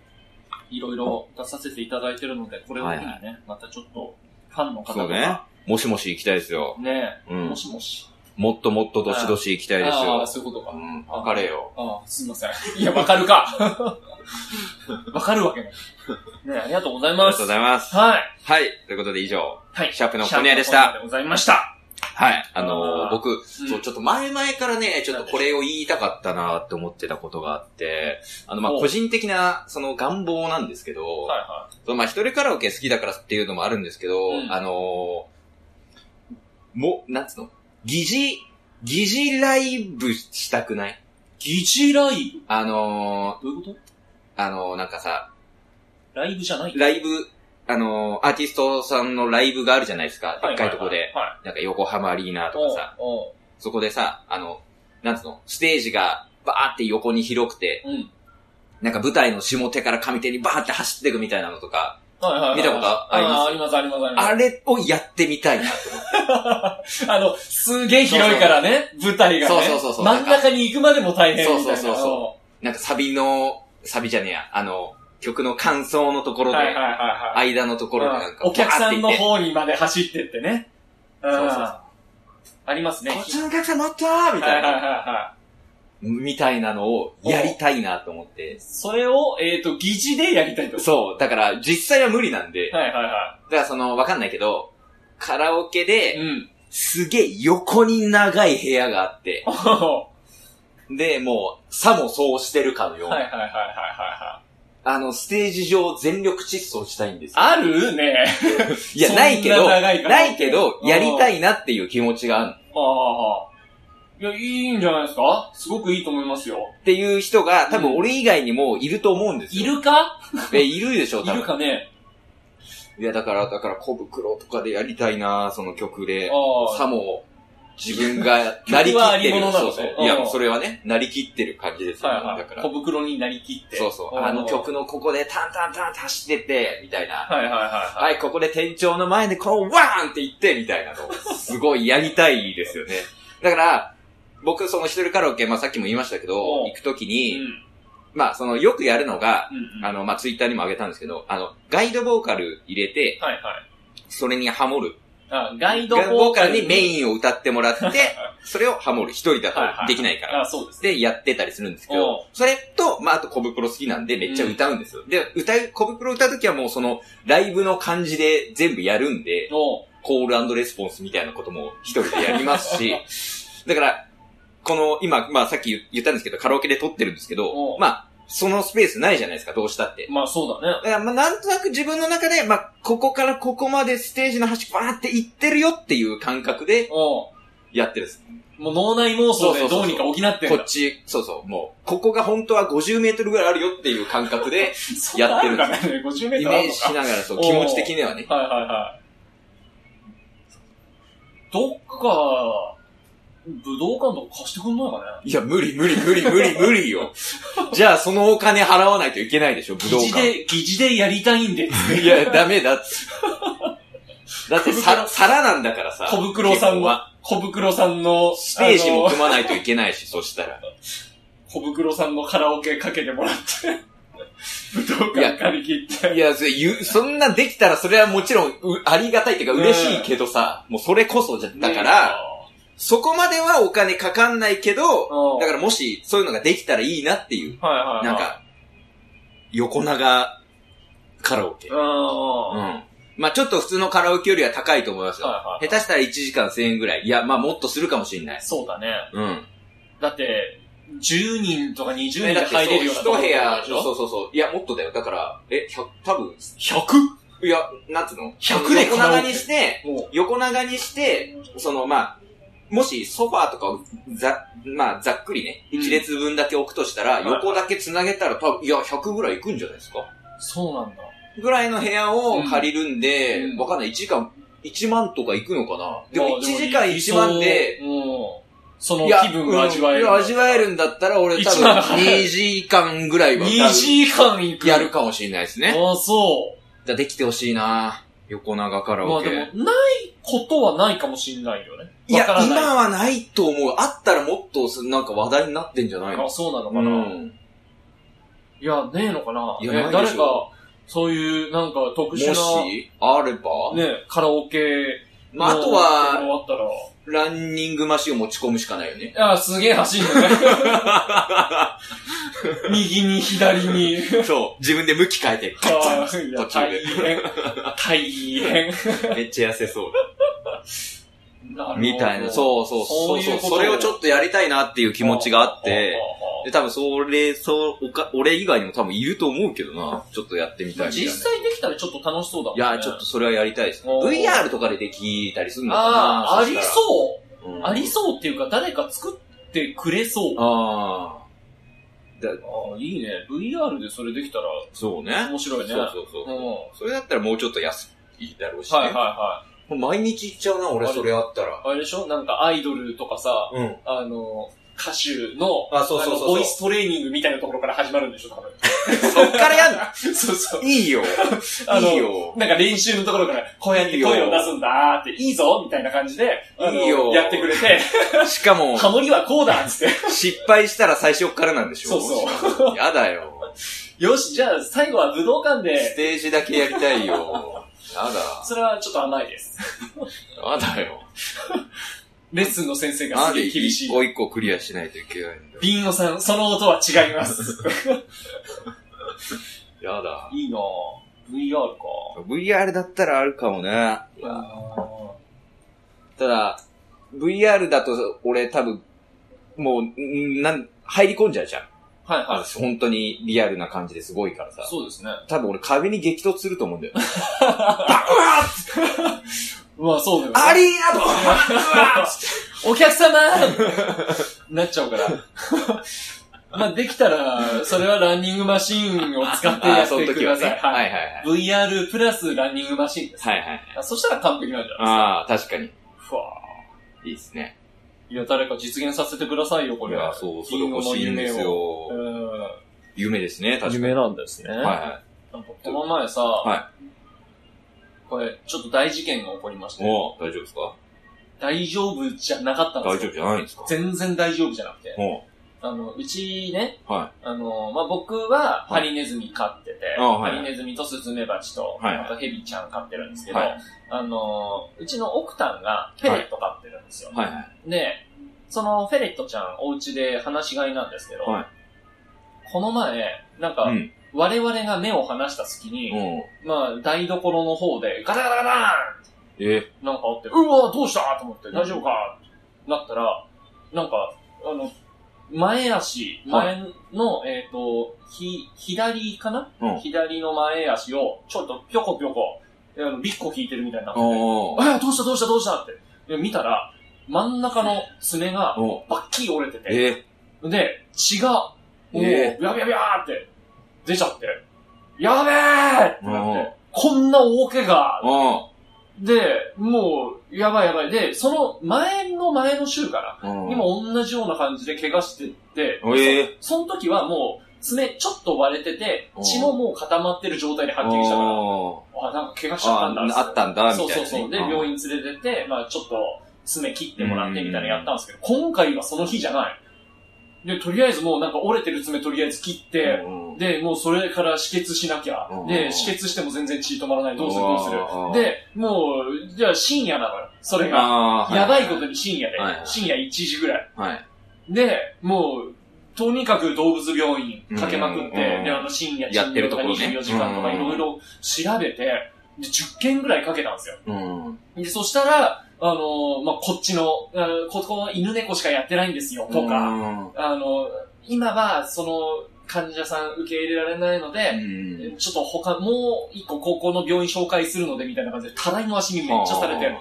[SPEAKER 2] いろいろ出させていただいてるので、これを機にね、
[SPEAKER 1] はい
[SPEAKER 2] またちょっと、ファンの方
[SPEAKER 1] そう
[SPEAKER 2] と
[SPEAKER 1] ね
[SPEAKER 2] か、。
[SPEAKER 1] もしもし行きたいですよ。
[SPEAKER 2] ね
[SPEAKER 1] う
[SPEAKER 2] も
[SPEAKER 1] ん。
[SPEAKER 2] しもし。
[SPEAKER 1] もっともっとどしどし行きたいです
[SPEAKER 2] ああ、
[SPEAKER 1] よ。
[SPEAKER 2] そういうこと
[SPEAKER 1] う
[SPEAKER 2] か。
[SPEAKER 1] ん。わかれよ。
[SPEAKER 2] ああ、すいません。 いや、わかるか。 わかるわけない。ねありがとうござい
[SPEAKER 1] あり
[SPEAKER 2] ま
[SPEAKER 1] が
[SPEAKER 2] す。
[SPEAKER 1] とうございます。
[SPEAKER 2] はい。
[SPEAKER 1] はい。ということで以上、
[SPEAKER 2] はい。
[SPEAKER 1] シャープの小宮でした。
[SPEAKER 2] シャープのコニャでございました。
[SPEAKER 1] はい。あの
[SPEAKER 2] あー
[SPEAKER 1] ー、僕、
[SPEAKER 2] うん
[SPEAKER 1] そう、ちょっと前々からね、ちょっとこれを言いたかったなって思ってたことがあって、あの、まあ、
[SPEAKER 2] お
[SPEAKER 1] 個人的な、その願望なんですけど、
[SPEAKER 2] はいは
[SPEAKER 1] そのまあ、一人カラオケ好きだからっていうのもあるんですけど、
[SPEAKER 2] うん
[SPEAKER 1] あのーも、なんつうの疑似、疑似ライブしたくない
[SPEAKER 2] い。疑似ライ
[SPEAKER 1] あの
[SPEAKER 2] ブどういうこ
[SPEAKER 1] ーあのーなんかさ、
[SPEAKER 2] とライブじゃない
[SPEAKER 1] ライブ、あのーアーティストさんのライブがあるじゃないですか。でっかいとこで。
[SPEAKER 2] は
[SPEAKER 1] なんか横浜アリーナ
[SPEAKER 2] い。
[SPEAKER 1] とかさ。
[SPEAKER 2] おう
[SPEAKER 1] そこでさ、あの、なんつうの、ステージがバーって横に広くて、
[SPEAKER 2] おううん。
[SPEAKER 1] なんか舞台の下手から上手にバーって走っていくみたいなのとか、
[SPEAKER 2] はいはいはい。
[SPEAKER 1] 見たことあります
[SPEAKER 2] ああります、あります、あります。
[SPEAKER 1] あれをやってみたいな。
[SPEAKER 2] あの、すげえ広いからね、舞台がね。
[SPEAKER 1] そうそうそうそう
[SPEAKER 2] 真ん中に行くまでも大変みたいな。
[SPEAKER 1] そうそうそうそなんかサビの、サビじゃねえや、あの、曲の感想のところで、
[SPEAKER 2] はいはいはいはい。
[SPEAKER 1] 間のところでなんか、
[SPEAKER 2] お客さん
[SPEAKER 1] バ
[SPEAKER 2] の
[SPEAKER 1] ーって
[SPEAKER 2] 方にまで走ってってね。そう
[SPEAKER 1] そうそうそう
[SPEAKER 2] ありますね。
[SPEAKER 1] 行って、こっちのお客さんもっとーみた
[SPEAKER 2] はい
[SPEAKER 1] い
[SPEAKER 2] はいはい
[SPEAKER 1] な、
[SPEAKER 2] はい。
[SPEAKER 1] みたいなのをやりたいなと思って。
[SPEAKER 2] それを、えっ、と、疑似でやりたいってこと
[SPEAKER 1] そう、だから実際は無理なんで、だ
[SPEAKER 2] はいはいは
[SPEAKER 1] からその、わかんないけど、カラオケ
[SPEAKER 2] い。
[SPEAKER 1] で、
[SPEAKER 2] うん。
[SPEAKER 1] すげえ横に長い部屋があって、
[SPEAKER 2] は
[SPEAKER 1] で、もう、さもそうしてるかのよ
[SPEAKER 2] いうはいはいはい
[SPEAKER 1] に。
[SPEAKER 2] はいはい。
[SPEAKER 1] あの、ステージ上全力疾走したいんですよ。
[SPEAKER 2] あるね。
[SPEAKER 1] いや、
[SPEAKER 2] そん
[SPEAKER 1] ないけど、
[SPEAKER 2] 長いから
[SPEAKER 1] ないけど、
[SPEAKER 2] うん
[SPEAKER 1] やりたいなっていう気持ちがある
[SPEAKER 2] ああ。いや、いいんじゃないですかすごくいいと思いますよ。
[SPEAKER 1] っていう人が、多
[SPEAKER 2] う
[SPEAKER 1] 分
[SPEAKER 2] ん
[SPEAKER 1] 俺以外にもいると思うんです
[SPEAKER 2] い
[SPEAKER 1] よ。
[SPEAKER 2] るか
[SPEAKER 1] え、いるでしょ、
[SPEAKER 2] い
[SPEAKER 1] 多
[SPEAKER 2] る
[SPEAKER 1] 分。
[SPEAKER 2] かね
[SPEAKER 1] いや、だから、だから、小袋とかでやりたいなその曲で。
[SPEAKER 2] ああ。
[SPEAKER 1] さも、自分が、なりきって
[SPEAKER 2] 曲はありも
[SPEAKER 1] る。
[SPEAKER 2] のな
[SPEAKER 1] そ
[SPEAKER 2] の
[SPEAKER 1] うそう
[SPEAKER 2] う。ん
[SPEAKER 1] いや、それはね、なりきってる感じですよ、ねだから
[SPEAKER 2] 小。袋になりきって。
[SPEAKER 1] そうそう。
[SPEAKER 2] ん
[SPEAKER 1] あの曲のここでタンタンタンって走ってって、みたいな。
[SPEAKER 2] はいはいはい。
[SPEAKER 1] はい、ここで店長の前でこう、ワーンって言って、みたいなのをすごいやりたいですよね。だから、僕、その一人カラオケ、まあさっきも言いましたけど、
[SPEAKER 2] うん
[SPEAKER 1] 行くとき
[SPEAKER 2] う
[SPEAKER 1] に、
[SPEAKER 2] ん
[SPEAKER 1] まあその、よくやるのが、
[SPEAKER 2] うんうん
[SPEAKER 1] あの、まあツイッターにも上げたんですけど、あの、ガイドボーカル入れて、
[SPEAKER 2] はいはい。
[SPEAKER 1] それにハモる。
[SPEAKER 2] あガイド
[SPEAKER 1] ガイドボ
[SPEAKER 2] ボ
[SPEAKER 1] ー
[SPEAKER 2] ー
[SPEAKER 1] カ
[SPEAKER 2] カ
[SPEAKER 1] ル
[SPEAKER 2] ル
[SPEAKER 1] にメインを歌ってもらって、 それをハモる。一人だ
[SPEAKER 2] はいは
[SPEAKER 1] と
[SPEAKER 2] い
[SPEAKER 1] できないから。
[SPEAKER 2] あ、そうですね。
[SPEAKER 1] で、やってたりするんですけ
[SPEAKER 2] おう
[SPEAKER 1] ど、それと、まあ、あと、コブプロ好きなんで、めっちゃ歌うんですよ。で、歌う、コブプロ歌うときはもう、その、ライブの感じで全部やるんで、
[SPEAKER 2] おう
[SPEAKER 1] コールレスポンスみたいなことも一人でやりますし、 だから、この、今、まあ、さっき言ったんですけど、カラオケで撮ってるんですけ
[SPEAKER 2] お
[SPEAKER 1] ど、
[SPEAKER 2] う
[SPEAKER 1] まあ、そのスペースないじゃないですか、どうしたって。
[SPEAKER 2] まあそうだね。
[SPEAKER 1] だから、まあ、なんとなく自分の中で、まあ、ここからここまでステージの端、バーって行ってるよっていう感覚で
[SPEAKER 2] おう
[SPEAKER 1] やってるんです。
[SPEAKER 2] もう脳内妄想でどうにか補ってんだ。
[SPEAKER 1] こっち、そうそう、もう、ここが本当は50メートルぐらいあるよっていう感覚で、
[SPEAKER 2] そんなあかね、50メー
[SPEAKER 1] イ
[SPEAKER 2] トルあ
[SPEAKER 1] メー
[SPEAKER 2] るの
[SPEAKER 1] ジ
[SPEAKER 2] か
[SPEAKER 1] し。ながら、そう、
[SPEAKER 2] おー
[SPEAKER 1] 気持ち的にはね。
[SPEAKER 2] はいはいはい。どっか、武道館とか貸してくんないかね
[SPEAKER 1] いや、無理無理無理無理無理 よ。じゃあ、そのお金払わないといけないでしょ、武道
[SPEAKER 2] 疑似
[SPEAKER 1] 館。
[SPEAKER 2] で、疑似でやりたいんで。
[SPEAKER 1] いや、ダメだっつ。 だって、
[SPEAKER 2] 小
[SPEAKER 1] さ、
[SPEAKER 2] 袋
[SPEAKER 1] 皿なんだからさ。
[SPEAKER 2] 小袋さん
[SPEAKER 1] 基本
[SPEAKER 2] の
[SPEAKER 1] は。、
[SPEAKER 2] 小袋さんの、
[SPEAKER 1] ステージ
[SPEAKER 2] あ
[SPEAKER 1] も
[SPEAKER 2] の
[SPEAKER 1] 組まないといけないし、そしたら。
[SPEAKER 2] 小袋さんのカラオケかけてもらって、武道
[SPEAKER 1] いや
[SPEAKER 2] 館借り切って。
[SPEAKER 1] いや、それ言うそんなできたら、それはもちろん、うありがたいっていうか、嬉しいけどさ、もうそれこそじゃ、だから、そこまではお金かかんないけど、
[SPEAKER 2] うん、
[SPEAKER 1] だからもし、そういうのができたらいいなっていう。
[SPEAKER 2] ら、はいはい、はい。
[SPEAKER 1] なん、か、横長カラオケ。
[SPEAKER 2] うん。
[SPEAKER 1] う
[SPEAKER 2] は
[SPEAKER 1] ん。まあちょっと普通のカラオケよりは高いと思います
[SPEAKER 2] い
[SPEAKER 1] よ。
[SPEAKER 2] はい
[SPEAKER 1] 下手したら1時間1000円ぐらい。いや、まあもっとするかもしれない。
[SPEAKER 2] そうだね。
[SPEAKER 1] うん。
[SPEAKER 2] だって、10人とか20人で入れるような
[SPEAKER 1] 一部屋、
[SPEAKER 2] でし
[SPEAKER 1] そう
[SPEAKER 2] ょ
[SPEAKER 1] そうそうそう。いや、もっとだよ。だから、え、100、多分、
[SPEAKER 2] 100?
[SPEAKER 1] いや、なんつうの
[SPEAKER 2] 100で
[SPEAKER 1] 横
[SPEAKER 2] カラオケ
[SPEAKER 1] 長にして、
[SPEAKER 2] も
[SPEAKER 1] 横長にして、その、まあもしソファーとかをざ、まあざっくりね、
[SPEAKER 2] うん
[SPEAKER 1] 一列分だけ置くとしたら、
[SPEAKER 2] いはい
[SPEAKER 1] 横だけ繋げたら多分、いや、100ぐらいいくんじゃないですか
[SPEAKER 2] う、そうなんだ。
[SPEAKER 1] ぐらいの部屋を借りるんで、
[SPEAKER 2] うん
[SPEAKER 1] わかんない。1時間、1万とか行くのかなで
[SPEAKER 2] ま
[SPEAKER 1] も
[SPEAKER 2] あ
[SPEAKER 1] 1時間1万で、、
[SPEAKER 2] もうん、その
[SPEAKER 1] いや
[SPEAKER 2] 気分が味わえ
[SPEAKER 1] う
[SPEAKER 2] る。
[SPEAKER 1] んいや味わえるんだったら、俺多
[SPEAKER 2] 1
[SPEAKER 1] 分
[SPEAKER 2] 万払
[SPEAKER 1] 2時間ぐらいは
[SPEAKER 2] 2時間行く。
[SPEAKER 1] やるかもしれないですね。
[SPEAKER 2] ああ、そ
[SPEAKER 1] じゃあできてほしいな横長カ
[SPEAKER 2] う。
[SPEAKER 1] ラ
[SPEAKER 2] ま
[SPEAKER 1] オ
[SPEAKER 2] あ
[SPEAKER 1] ケ。
[SPEAKER 2] でも、ないことはないかもしんないよね。
[SPEAKER 1] いや
[SPEAKER 2] わから、ない
[SPEAKER 1] 今はないと思う。あったらもっとす、なんか話題になってんじゃないの
[SPEAKER 2] あそうなの
[SPEAKER 1] う
[SPEAKER 2] かな。
[SPEAKER 1] ん。
[SPEAKER 2] いや、ねえのかない
[SPEAKER 1] や
[SPEAKER 2] ね
[SPEAKER 1] ないで
[SPEAKER 2] 誰
[SPEAKER 1] し
[SPEAKER 2] か
[SPEAKER 1] ょ、
[SPEAKER 2] そういう、なんか、特
[SPEAKER 1] も
[SPEAKER 2] 殊な、
[SPEAKER 1] し、あれば、
[SPEAKER 2] ね、カラオケの、
[SPEAKER 1] まあ、あとは、
[SPEAKER 2] あったら
[SPEAKER 1] ランニングマシンを持ち込むしかないよね。、
[SPEAKER 2] あすげえ走る ね。右に左に。
[SPEAKER 1] そう。自分で向き変えて、ガッ
[SPEAKER 2] あーいや
[SPEAKER 1] 途中で
[SPEAKER 2] 大変。大変。
[SPEAKER 1] めっちゃ痩せそう。
[SPEAKER 2] なるほど
[SPEAKER 1] みたいな。そうそうそう
[SPEAKER 2] そういうこと
[SPEAKER 1] それをちょっとやりたいなっていう気持ちがあって、
[SPEAKER 2] あ
[SPEAKER 1] で、多分それ、そう、おか、俺以外にも多分いると思うけどな。ちょっとやってみ
[SPEAKER 2] あ
[SPEAKER 1] た
[SPEAKER 2] あああ
[SPEAKER 1] いみたいな。
[SPEAKER 2] 実際できたらちょっと楽しそうだもん
[SPEAKER 1] い
[SPEAKER 2] ね。
[SPEAKER 1] や、ちょっと。それはやりたいですね。
[SPEAKER 2] おー
[SPEAKER 1] VR とかでできたりするのかな
[SPEAKER 2] ああ、ありそう。
[SPEAKER 1] う、うん
[SPEAKER 2] ありそうっていうか、誰か作ってくれそう。あ
[SPEAKER 1] ああ。
[SPEAKER 2] あ、いいね。VR でそれできたら
[SPEAKER 1] そうね。
[SPEAKER 2] 面白い
[SPEAKER 1] そう
[SPEAKER 2] ね。
[SPEAKER 1] そうそうう。
[SPEAKER 2] ん。は
[SPEAKER 1] それだったらもうちょっと安いだろうし
[SPEAKER 2] い
[SPEAKER 1] ね。
[SPEAKER 2] はいは
[SPEAKER 1] もう毎日行っちゃうな、俺それあったら。
[SPEAKER 2] い。あれでしょなんかアイドルとかさ、
[SPEAKER 1] うん。
[SPEAKER 2] あの、歌手の、
[SPEAKER 1] あ、そうそう
[SPEAKER 2] あの
[SPEAKER 1] そ
[SPEAKER 2] ボ
[SPEAKER 1] う
[SPEAKER 2] イストレーニングみたいなところから始まるんでしょ多分。
[SPEAKER 1] そう。そっからやんの
[SPEAKER 2] そうそう。
[SPEAKER 1] いいよ。
[SPEAKER 2] あの
[SPEAKER 1] いいよ。
[SPEAKER 2] なんか練習のところから、こうやって声を出すんだーって、いいぞみたいな感じで、あの
[SPEAKER 1] いいよ
[SPEAKER 2] やってくれて、
[SPEAKER 1] しかも、
[SPEAKER 2] ハモリはこうだっつって。
[SPEAKER 1] 失敗したら最初からなんでしょ。
[SPEAKER 2] そうそう
[SPEAKER 1] やだよ。
[SPEAKER 2] よし、じゃあ最後は武道館
[SPEAKER 1] ス
[SPEAKER 2] で、
[SPEAKER 1] テージだけやりたい よ。やだ。
[SPEAKER 2] それはちょっと甘いです。
[SPEAKER 1] やだよ。
[SPEAKER 2] レッスンの先生が
[SPEAKER 1] な
[SPEAKER 2] す
[SPEAKER 1] ん
[SPEAKER 2] げ
[SPEAKER 1] で
[SPEAKER 2] え厳し
[SPEAKER 1] 一
[SPEAKER 2] い。
[SPEAKER 1] 個一個クリアしないといけないんだよ。
[SPEAKER 2] ビンゴさん、その音は違います。
[SPEAKER 1] やだ。
[SPEAKER 2] いいなぁ。VR か。
[SPEAKER 1] VR だったらあるかもね。
[SPEAKER 2] あ
[SPEAKER 1] ただ、VR だと俺多分、もう、んなん、入り込んじゃうじゃん。
[SPEAKER 2] ーはいはい。
[SPEAKER 1] 本当にリアルな感じですごいからさ。
[SPEAKER 2] そうですね。
[SPEAKER 1] 多分俺壁に激突すると思うんだ よ。
[SPEAKER 2] うわ、そうだよね。
[SPEAKER 1] アリーナと
[SPEAKER 2] お客 様なっちゃうから。 まあ、できたら、それはランニングマシンを使ってや
[SPEAKER 1] あ、
[SPEAKER 2] っ
[SPEAKER 1] その
[SPEAKER 2] てく
[SPEAKER 1] 時
[SPEAKER 2] だ
[SPEAKER 1] はね。
[SPEAKER 2] さい。
[SPEAKER 1] はい
[SPEAKER 2] は。
[SPEAKER 1] はいいはい。
[SPEAKER 2] VR プラスランニングマシンです。
[SPEAKER 1] はいはい。
[SPEAKER 2] あそしたら完璧なんじゃないですか。
[SPEAKER 1] ああ、確かに。
[SPEAKER 2] ふわ
[SPEAKER 1] いいですね。
[SPEAKER 2] いや、誰か実現させてくださいよ、こ
[SPEAKER 1] い
[SPEAKER 2] れ。
[SPEAKER 1] や、そう、それ欲しいんですよ
[SPEAKER 2] う。ん。
[SPEAKER 1] 夢ですね、確かに。
[SPEAKER 2] 夢なんですね。
[SPEAKER 1] は
[SPEAKER 2] なんかこの前さ、
[SPEAKER 1] は
[SPEAKER 2] これ、ちょっと大事件が起こりまし
[SPEAKER 1] い。
[SPEAKER 2] て、
[SPEAKER 1] お大丈夫ですか
[SPEAKER 2] 大丈夫じゃなかったん
[SPEAKER 1] 大
[SPEAKER 2] です
[SPEAKER 1] 丈夫
[SPEAKER 2] よ。
[SPEAKER 1] じゃないんですか
[SPEAKER 2] 全然大丈夫じゃなくて。
[SPEAKER 1] お
[SPEAKER 2] あの、うちね、
[SPEAKER 1] は
[SPEAKER 2] あの、まあ、僕はハリネズミ飼ってて、
[SPEAKER 1] あはい
[SPEAKER 2] ハリネズミとスズメバチと、
[SPEAKER 1] はい
[SPEAKER 2] あとヘビちゃん飼ってるんですけど、
[SPEAKER 1] はい
[SPEAKER 2] あの、うちの奥タンがフェレット飼ってるんですよ。
[SPEAKER 1] い。はいはい。
[SPEAKER 2] で、そのフェレットちゃん、お家で話し飼いなんですけど、
[SPEAKER 1] はい
[SPEAKER 2] この前、なんか、
[SPEAKER 1] うん
[SPEAKER 2] 我々が目を離した隙に、
[SPEAKER 1] おう
[SPEAKER 2] まあ、台所の方で、ガタガタガタ
[SPEAKER 1] え、
[SPEAKER 2] ーンなんかあって、うわどうしたと思って、大丈夫かなったら、なんか、あの、前足、
[SPEAKER 1] は
[SPEAKER 2] 前の、えっ、と、ひ、左かな、
[SPEAKER 1] うん
[SPEAKER 2] 左の前足を、ちょっとぴょこぴょこ、あのびっこ引いてるみたいになってて、
[SPEAKER 1] おう
[SPEAKER 2] あどうしたどうしたどうしたって。で、見たら、真ん中の爪が、
[SPEAKER 1] おう
[SPEAKER 2] バッキリ折れてて、
[SPEAKER 1] え、
[SPEAKER 2] で、血が、もう、ビ
[SPEAKER 1] え
[SPEAKER 2] ャビャビャーって、出ちゃって、やべーってなっ
[SPEAKER 1] うん
[SPEAKER 2] て、こんな大怪我
[SPEAKER 1] お
[SPEAKER 2] で、もう、やばいやばい。で、その前の前の週から、
[SPEAKER 1] ううん
[SPEAKER 2] 今同じような感じで怪我してって、
[SPEAKER 1] ええ
[SPEAKER 2] その時はもう、爪ちょっと割れてて、血ももう固まってる状態で発見したから、
[SPEAKER 1] お
[SPEAKER 2] あ、なんか怪我しちゃった
[SPEAKER 1] あ
[SPEAKER 2] んだっつって。
[SPEAKER 1] あったんだ、みたい
[SPEAKER 2] そう
[SPEAKER 1] な。
[SPEAKER 2] そうそう。で、
[SPEAKER 1] ん
[SPEAKER 2] 病院連れてって、まあちょっと、爪切ってもらってみたいなのやったんですけど、今回はその日じゃない。で、とりあえずもうなんか折れてる爪とりあえず切って、
[SPEAKER 1] うん
[SPEAKER 2] で、もうそれから止血しなきゃ
[SPEAKER 1] う。ん
[SPEAKER 2] で、止血しても全然血止まらない。どうするどうする。
[SPEAKER 1] あー
[SPEAKER 2] で、もう、じゃあ深夜なのよ。それが。
[SPEAKER 1] あー
[SPEAKER 2] やばいこ
[SPEAKER 1] は
[SPEAKER 2] とに深夜で
[SPEAKER 1] はい。
[SPEAKER 2] 深夜1時ぐらい。
[SPEAKER 1] はい。
[SPEAKER 2] で、もう、とにかく動物病院かけまくっ
[SPEAKER 1] う
[SPEAKER 2] て、
[SPEAKER 1] ん
[SPEAKER 2] で、あの深夜
[SPEAKER 1] やってるところね
[SPEAKER 2] 24時間とかいろいろ調べて、で、10件ぐらいかけたんですよ。
[SPEAKER 1] うん。
[SPEAKER 2] で、そしたら、あのーまあ、こっちの、あのここは犬猫しかやってないんですよ、とか、
[SPEAKER 1] か。
[SPEAKER 2] あの今は、その、患者さん受け入れられないの
[SPEAKER 1] う
[SPEAKER 2] で、
[SPEAKER 1] ん。
[SPEAKER 2] ちょっと他、もう一個高校の病院紹介するので、みたいな感じで、たらいの足にめっちゃされて、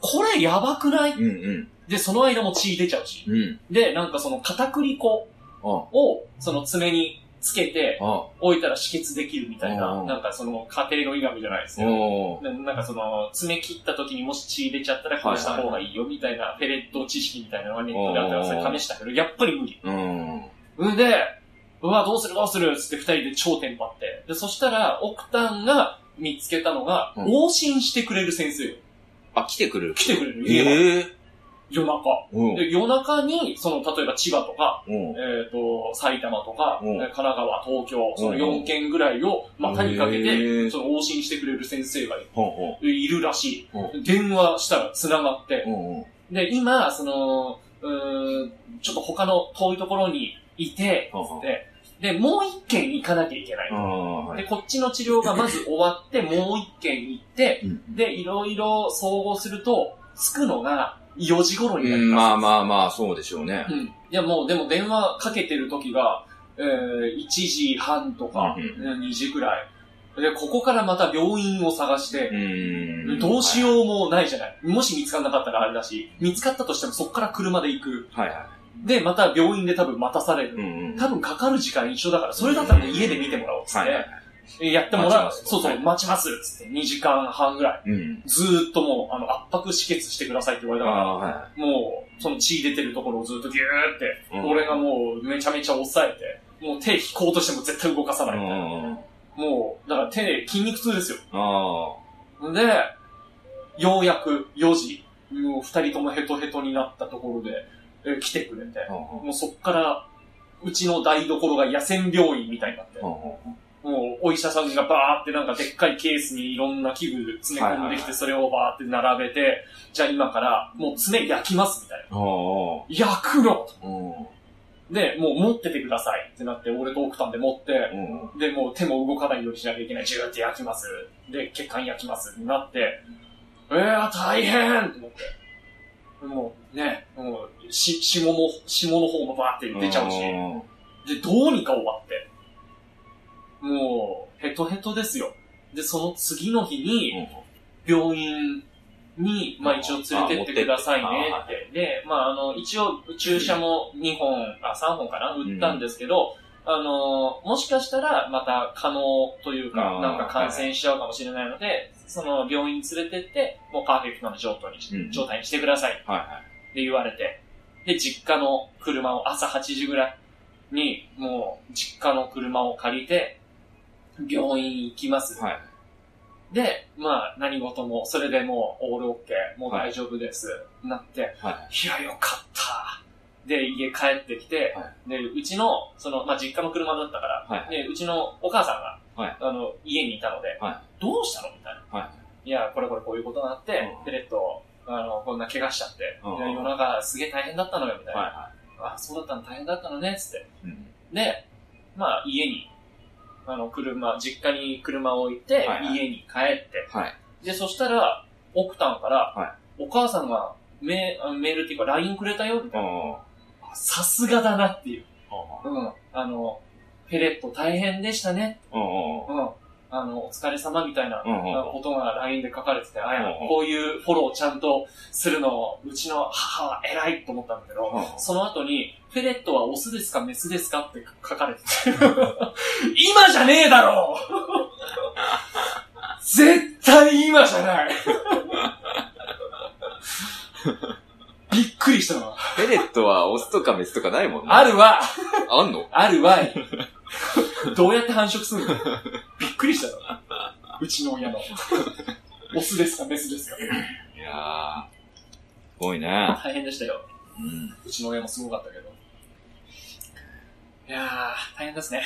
[SPEAKER 2] これやばくない
[SPEAKER 1] うんうん。
[SPEAKER 2] で、その間も血出ちゃうし。
[SPEAKER 1] うん。
[SPEAKER 2] で、なんかその片栗粉
[SPEAKER 1] あ
[SPEAKER 2] を、その爪につけて、
[SPEAKER 1] あ。
[SPEAKER 2] 置いたら止血できるみたいな、
[SPEAKER 1] うん
[SPEAKER 2] なんかその家庭の医学じゃないですか。
[SPEAKER 1] お
[SPEAKER 2] ななんかその、爪切った時にもし血出ちゃったらこうした方がいいよみたいな、フェレット知識みたいなのがネットであったからそれ試したけど、やっぱり無理。
[SPEAKER 1] うん。
[SPEAKER 2] んで、うわ、どうするどうするっつって二人で超テンパって。で、そしたら、奥ンが見つけたのが、
[SPEAKER 1] うん
[SPEAKER 2] 往診してくれる先生よ。
[SPEAKER 1] あ、来てくれる
[SPEAKER 2] 来てくれる家まで
[SPEAKER 1] ええ。
[SPEAKER 2] 夜中。
[SPEAKER 1] うん。
[SPEAKER 2] で、夜中に、その、例えば千葉とか、
[SPEAKER 1] うん。
[SPEAKER 2] えっ、と、埼玉とか、
[SPEAKER 1] うん
[SPEAKER 2] 神奈川、東京、その
[SPEAKER 1] うん
[SPEAKER 2] 4県ぐらいを股にかけ
[SPEAKER 1] へ
[SPEAKER 2] て、
[SPEAKER 1] ー
[SPEAKER 2] その往診してくれる先生がいる
[SPEAKER 1] ほんほ
[SPEAKER 2] いるらしい。電話したら繋がって。
[SPEAKER 1] ん。うんうん。
[SPEAKER 2] で、今、その、うーん、ちょっと他の遠いところにいて、
[SPEAKER 1] ほんほん。
[SPEAKER 2] で、で、もう一軒行かなきゃいけない。
[SPEAKER 1] ああ、は
[SPEAKER 2] で、
[SPEAKER 1] い。
[SPEAKER 2] こっちの治療がまず終わって、もう一軒行って、
[SPEAKER 1] うん
[SPEAKER 2] で、いろいろ総合すると、着くのが4時頃にな
[SPEAKER 1] う
[SPEAKER 2] り
[SPEAKER 1] ん、
[SPEAKER 2] ます。
[SPEAKER 1] まあまあまあ、そうでしょうね
[SPEAKER 2] う。ん。いや、もう、でも電話かけてる時が、えー、1時半とか、
[SPEAKER 1] うん
[SPEAKER 2] 2時くらい。で、ここからまた病院を探して、
[SPEAKER 1] うん。
[SPEAKER 2] どうしようもないじゃない。もし見つからなかったらあれだし、見つかったとしてもそっから車で行く。
[SPEAKER 1] う。はいは
[SPEAKER 2] で、また病院で多分待たされ
[SPEAKER 1] い。う
[SPEAKER 2] る。
[SPEAKER 1] んうん。
[SPEAKER 2] 多分かかる時間一緒だから、それだったらもう家で見てもらおうっつっ
[SPEAKER 1] はいはい。
[SPEAKER 2] て、えやってもら
[SPEAKER 1] 待ちま
[SPEAKER 2] う。
[SPEAKER 1] す
[SPEAKER 2] そうそう、
[SPEAKER 1] はい
[SPEAKER 2] 待ちますっつって、2時間半ぐらい。
[SPEAKER 1] うん。
[SPEAKER 2] ずーっともう、あの、圧迫止血してくださいって言われ
[SPEAKER 1] あ
[SPEAKER 2] たから、
[SPEAKER 1] あ、は
[SPEAKER 2] もう、その血出てるところをずっとギューって、
[SPEAKER 1] い。うん
[SPEAKER 2] 俺がもうめちゃめちゃ抑えて、もう手引こうとしても絶対動かさないみたいな。
[SPEAKER 1] うん。
[SPEAKER 2] もう、だから手で筋肉痛ですよ。
[SPEAKER 1] あ
[SPEAKER 2] で、ようやく4時、もう二人ともヘトヘトになったところで、えー来てくれて
[SPEAKER 1] あ。、ほん
[SPEAKER 2] もうそっから、うちの台所が野戦病院みたいになって、
[SPEAKER 1] ほんほん。
[SPEAKER 2] もうお医者さんがバーってなんかでっかいケースにいろんな器具詰め込んで
[SPEAKER 1] はいはい
[SPEAKER 2] き
[SPEAKER 1] は
[SPEAKER 2] て、それをバーって並べて、じゃあ今からもう爪焼きますみたいな。
[SPEAKER 1] あ
[SPEAKER 2] 焼くの
[SPEAKER 1] あ。うん。
[SPEAKER 2] で、もう持っててくださいってなって、俺と奥さんで持って、
[SPEAKER 1] うん。
[SPEAKER 2] で、もう手も動かないようにしなきゃいけない。ジューって焼きます。で、血管焼きます。になって、うわ、大変と思って。もうね、もう、し、下も、下の方もバーって出ちゃうし。で、どうにか終わって。もう、ヘトヘトですよ。で、その次の日に、病院に、まあ一応連れてってくださいね
[SPEAKER 1] あ持っ
[SPEAKER 2] って。で、まああの、一応注射も2本、あ、3本かな打ったんですけど、あの、もしかしたらまた可能という
[SPEAKER 1] あ
[SPEAKER 2] か、
[SPEAKER 1] ー
[SPEAKER 2] なんか感染しちゃうかもしれないので、その病院に連れてって、もうパーフェクトな状態にし
[SPEAKER 1] うん
[SPEAKER 2] 状態にしてくださいっ
[SPEAKER 1] はいはい。
[SPEAKER 2] て言われて。で、実家の車を、朝8時ぐらいに、もう、実家の車を借りて、病院行きます。
[SPEAKER 1] はい
[SPEAKER 2] で、まあ、何事も、それでもう、オールオッケー、もう大丈夫です、なって、
[SPEAKER 1] はい
[SPEAKER 2] や、よかった。で、家帰ってきて、
[SPEAKER 1] は
[SPEAKER 2] で、うちの、その、まあ、実家の車だったから、
[SPEAKER 1] はい
[SPEAKER 2] で、うちのお母さんが、
[SPEAKER 1] はい
[SPEAKER 2] あの、家にいたので、
[SPEAKER 1] は
[SPEAKER 2] どうしたのみたいな。、
[SPEAKER 1] はい
[SPEAKER 2] や、これこれこういうことがあって、
[SPEAKER 1] うん
[SPEAKER 2] ペレット、あの、こんな怪我しちゃって、
[SPEAKER 1] うん
[SPEAKER 2] いや夜中すげえ大変だったのよ、みたいな。
[SPEAKER 1] は
[SPEAKER 2] あ、そうだったの大変だったのね、つって。
[SPEAKER 1] い。うん。
[SPEAKER 2] で、まあ、家に、あの、車、実家に車を置いて、
[SPEAKER 1] いはい
[SPEAKER 2] 家に帰って、
[SPEAKER 1] はい。
[SPEAKER 2] で、そしたら、奥さんから、
[SPEAKER 1] は
[SPEAKER 2] お母さんがメあメールっていうか LINE くれたよ、みたい
[SPEAKER 1] あ
[SPEAKER 2] な。さすがだなっていう。
[SPEAKER 1] あ。
[SPEAKER 2] うん。あの、ペレット大変でしたね。
[SPEAKER 1] うん。
[SPEAKER 2] うん。あの、お疲れ様みたいな
[SPEAKER 1] うん。うん。
[SPEAKER 2] ことが LINE で書かれてて、あや
[SPEAKER 1] うん、
[SPEAKER 2] こういうフォローをちゃんとするの、うちの母は偉いと思ったんだけど、その後に、フェレットはオスですかメスですかって書かれて て。今じゃねえだろ 絶対今じ ゃないびっくりしたな。
[SPEAKER 1] ペレットはオスとかメスとかないもんね。
[SPEAKER 2] あるわ
[SPEAKER 1] あんの
[SPEAKER 2] あるわいどうやって繁殖するのびっくりしたな。うちの親の。オスですかメスですか
[SPEAKER 1] いやー。すごいね。
[SPEAKER 2] 大変でしたよ。
[SPEAKER 1] うん。
[SPEAKER 2] うちの親もすごかったけど。いやー、大変 ですね。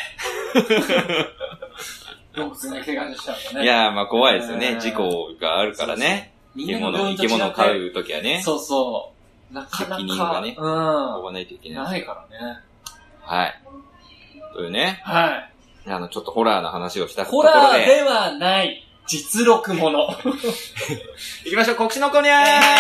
[SPEAKER 2] 動物が怪我しちゃうとね。
[SPEAKER 1] いやー、まあ怖いですよ
[SPEAKER 2] う
[SPEAKER 1] ね
[SPEAKER 2] ん。
[SPEAKER 1] 事故があるからね。
[SPEAKER 2] 人
[SPEAKER 1] 生き
[SPEAKER 2] 間の
[SPEAKER 1] 物、
[SPEAKER 2] 病
[SPEAKER 1] 生き
[SPEAKER 2] 院と違って
[SPEAKER 1] 物を飼うときはね。
[SPEAKER 2] そうそう。なかなか。
[SPEAKER 1] 責任がね
[SPEAKER 2] う
[SPEAKER 1] 買わないといけ
[SPEAKER 2] ん。
[SPEAKER 1] ない。
[SPEAKER 2] ないからね。
[SPEAKER 1] はい。というね、
[SPEAKER 2] はい。
[SPEAKER 1] あの、ちょっとホラーの話をしたとこ
[SPEAKER 2] ホ
[SPEAKER 1] ろ
[SPEAKER 2] ラー
[SPEAKER 1] で。
[SPEAKER 2] ではない、実録もの。
[SPEAKER 1] 行きましょう、告知のコーナー
[SPEAKER 2] イエーイ
[SPEAKER 1] さ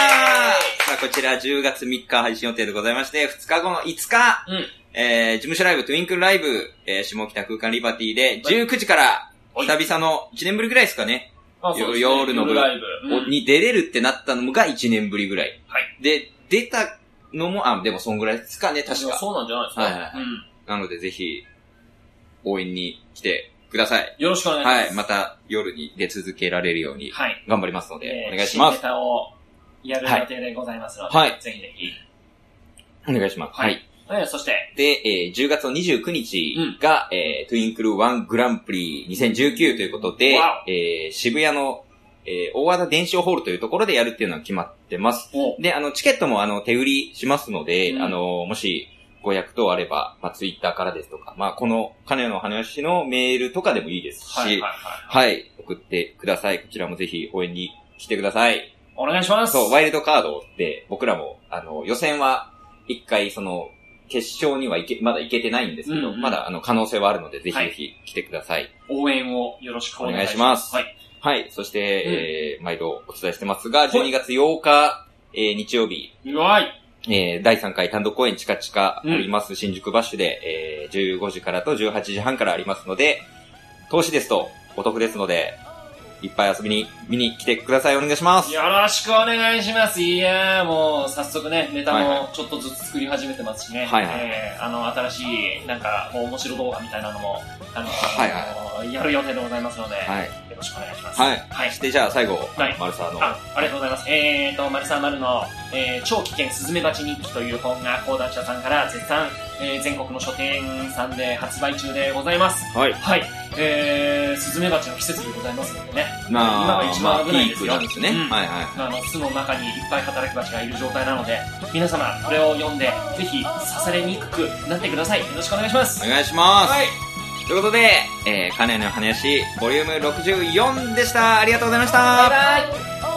[SPEAKER 1] あ、こちら10月3日配信予定でございまして、2日後の5日、
[SPEAKER 2] うん
[SPEAKER 1] えー、事務所ライブ、トゥインクルライブ、えー、下北空間リバティで、19時から、
[SPEAKER 2] はい
[SPEAKER 1] 久々の1年ぶりぐらいですかね、そ
[SPEAKER 2] あ
[SPEAKER 1] うですね夜の部
[SPEAKER 2] ライブ。
[SPEAKER 1] おに出れるってなったのが1年ぶりぐらい。
[SPEAKER 2] は
[SPEAKER 1] で、出たのも、あ、でもそんぐらいですかね、確か。
[SPEAKER 2] そうなんじゃないですか。
[SPEAKER 1] はいはいは
[SPEAKER 2] うん。
[SPEAKER 1] なので、ぜひ、応援に来てください。
[SPEAKER 2] よろしくお願いしま
[SPEAKER 1] は
[SPEAKER 2] す。
[SPEAKER 1] い、また夜に出続けられるように
[SPEAKER 2] はい。
[SPEAKER 1] 頑張りますの
[SPEAKER 2] え
[SPEAKER 1] で
[SPEAKER 2] ー、
[SPEAKER 1] お願いしま
[SPEAKER 2] 新ネ
[SPEAKER 1] す。
[SPEAKER 2] タをやる予定でございますので、
[SPEAKER 1] はい
[SPEAKER 2] ぜひぜひ。
[SPEAKER 1] お願いします。
[SPEAKER 2] は
[SPEAKER 1] はいい。
[SPEAKER 2] えーそして、
[SPEAKER 1] で、えー10月の29日が、えートゥインクルワングランプリ2019ということで
[SPEAKER 2] わ、
[SPEAKER 1] えー渋谷の、えー大和田伝承ホールというところでやるっていうのは決まってます。
[SPEAKER 2] お
[SPEAKER 1] で、あの、チケットも、あの、手売りしますので、
[SPEAKER 2] うん
[SPEAKER 1] あの、もし、ご予約等あれば、まあ、ツイッターからですとか、まあ、この、金の話のメールとかでもいいですし、
[SPEAKER 2] は
[SPEAKER 1] はいい、
[SPEAKER 2] はいはい。
[SPEAKER 1] 送ってください。こちらもぜひ応援に来てください。
[SPEAKER 2] お願いします。
[SPEAKER 1] そう、ワイルドカードって、僕らも、あの、予選は、一回、その、決勝にはいけ、まだ行けてないんですけど、
[SPEAKER 2] うんうん
[SPEAKER 1] まだ、あの、可能性はあるので、ぜひ
[SPEAKER 2] はい
[SPEAKER 1] ぜひ来てください。
[SPEAKER 2] 応援をよろしくお願いします。
[SPEAKER 1] お
[SPEAKER 2] はい。
[SPEAKER 1] はい、そして、えー、毎度お伝えしてますが、12月8日、えー、日曜日、
[SPEAKER 2] うわい。
[SPEAKER 1] えー、第3回単独公演チカチカあ
[SPEAKER 2] うん
[SPEAKER 1] ります、新宿バッシュで、えー、15時からと18時半からありますので、投資ですとお得ですので、いっぱい遊びに、見に来てください。お願いします。
[SPEAKER 2] よろしくお願いします。いやー、もう、早速ね、ネタ
[SPEAKER 1] はい
[SPEAKER 2] もちょっとずつ作り始めてますしね。
[SPEAKER 1] はいはい
[SPEAKER 2] えーあの、新しい、なんか、こう面白動画みたいなのも、あの、
[SPEAKER 1] はいは
[SPEAKER 2] やる予定でございますので、
[SPEAKER 1] はい。
[SPEAKER 2] よろしくお願いします。
[SPEAKER 1] はい
[SPEAKER 2] はい。
[SPEAKER 1] で、じゃあ最後、
[SPEAKER 2] はい
[SPEAKER 1] マルサーの、
[SPEAKER 2] あありがとうございます。えーと、丸さん丸の、えー超危険スズメバチ日記という本が講談社さんから絶賛、えー全国の書店さんで発売中でございます。
[SPEAKER 1] はい
[SPEAKER 2] はい。えー、スズメバチの季節でございますのでね。
[SPEAKER 1] まあ、
[SPEAKER 2] 今が一番危ないですよ
[SPEAKER 1] まあピークなんですね。
[SPEAKER 2] うん
[SPEAKER 1] はいはい。
[SPEAKER 2] あの、巣の中にいっぱい働きバチがいる状態なので、皆様、これを読んで、ぜひ刺されにくくなってください。よろしくお願いします。
[SPEAKER 1] お願いします。
[SPEAKER 2] はい。
[SPEAKER 1] ということで、えー、金の話、ボリューム64でした。ありがとうございました。
[SPEAKER 2] バイバイ。
[SPEAKER 4] 「お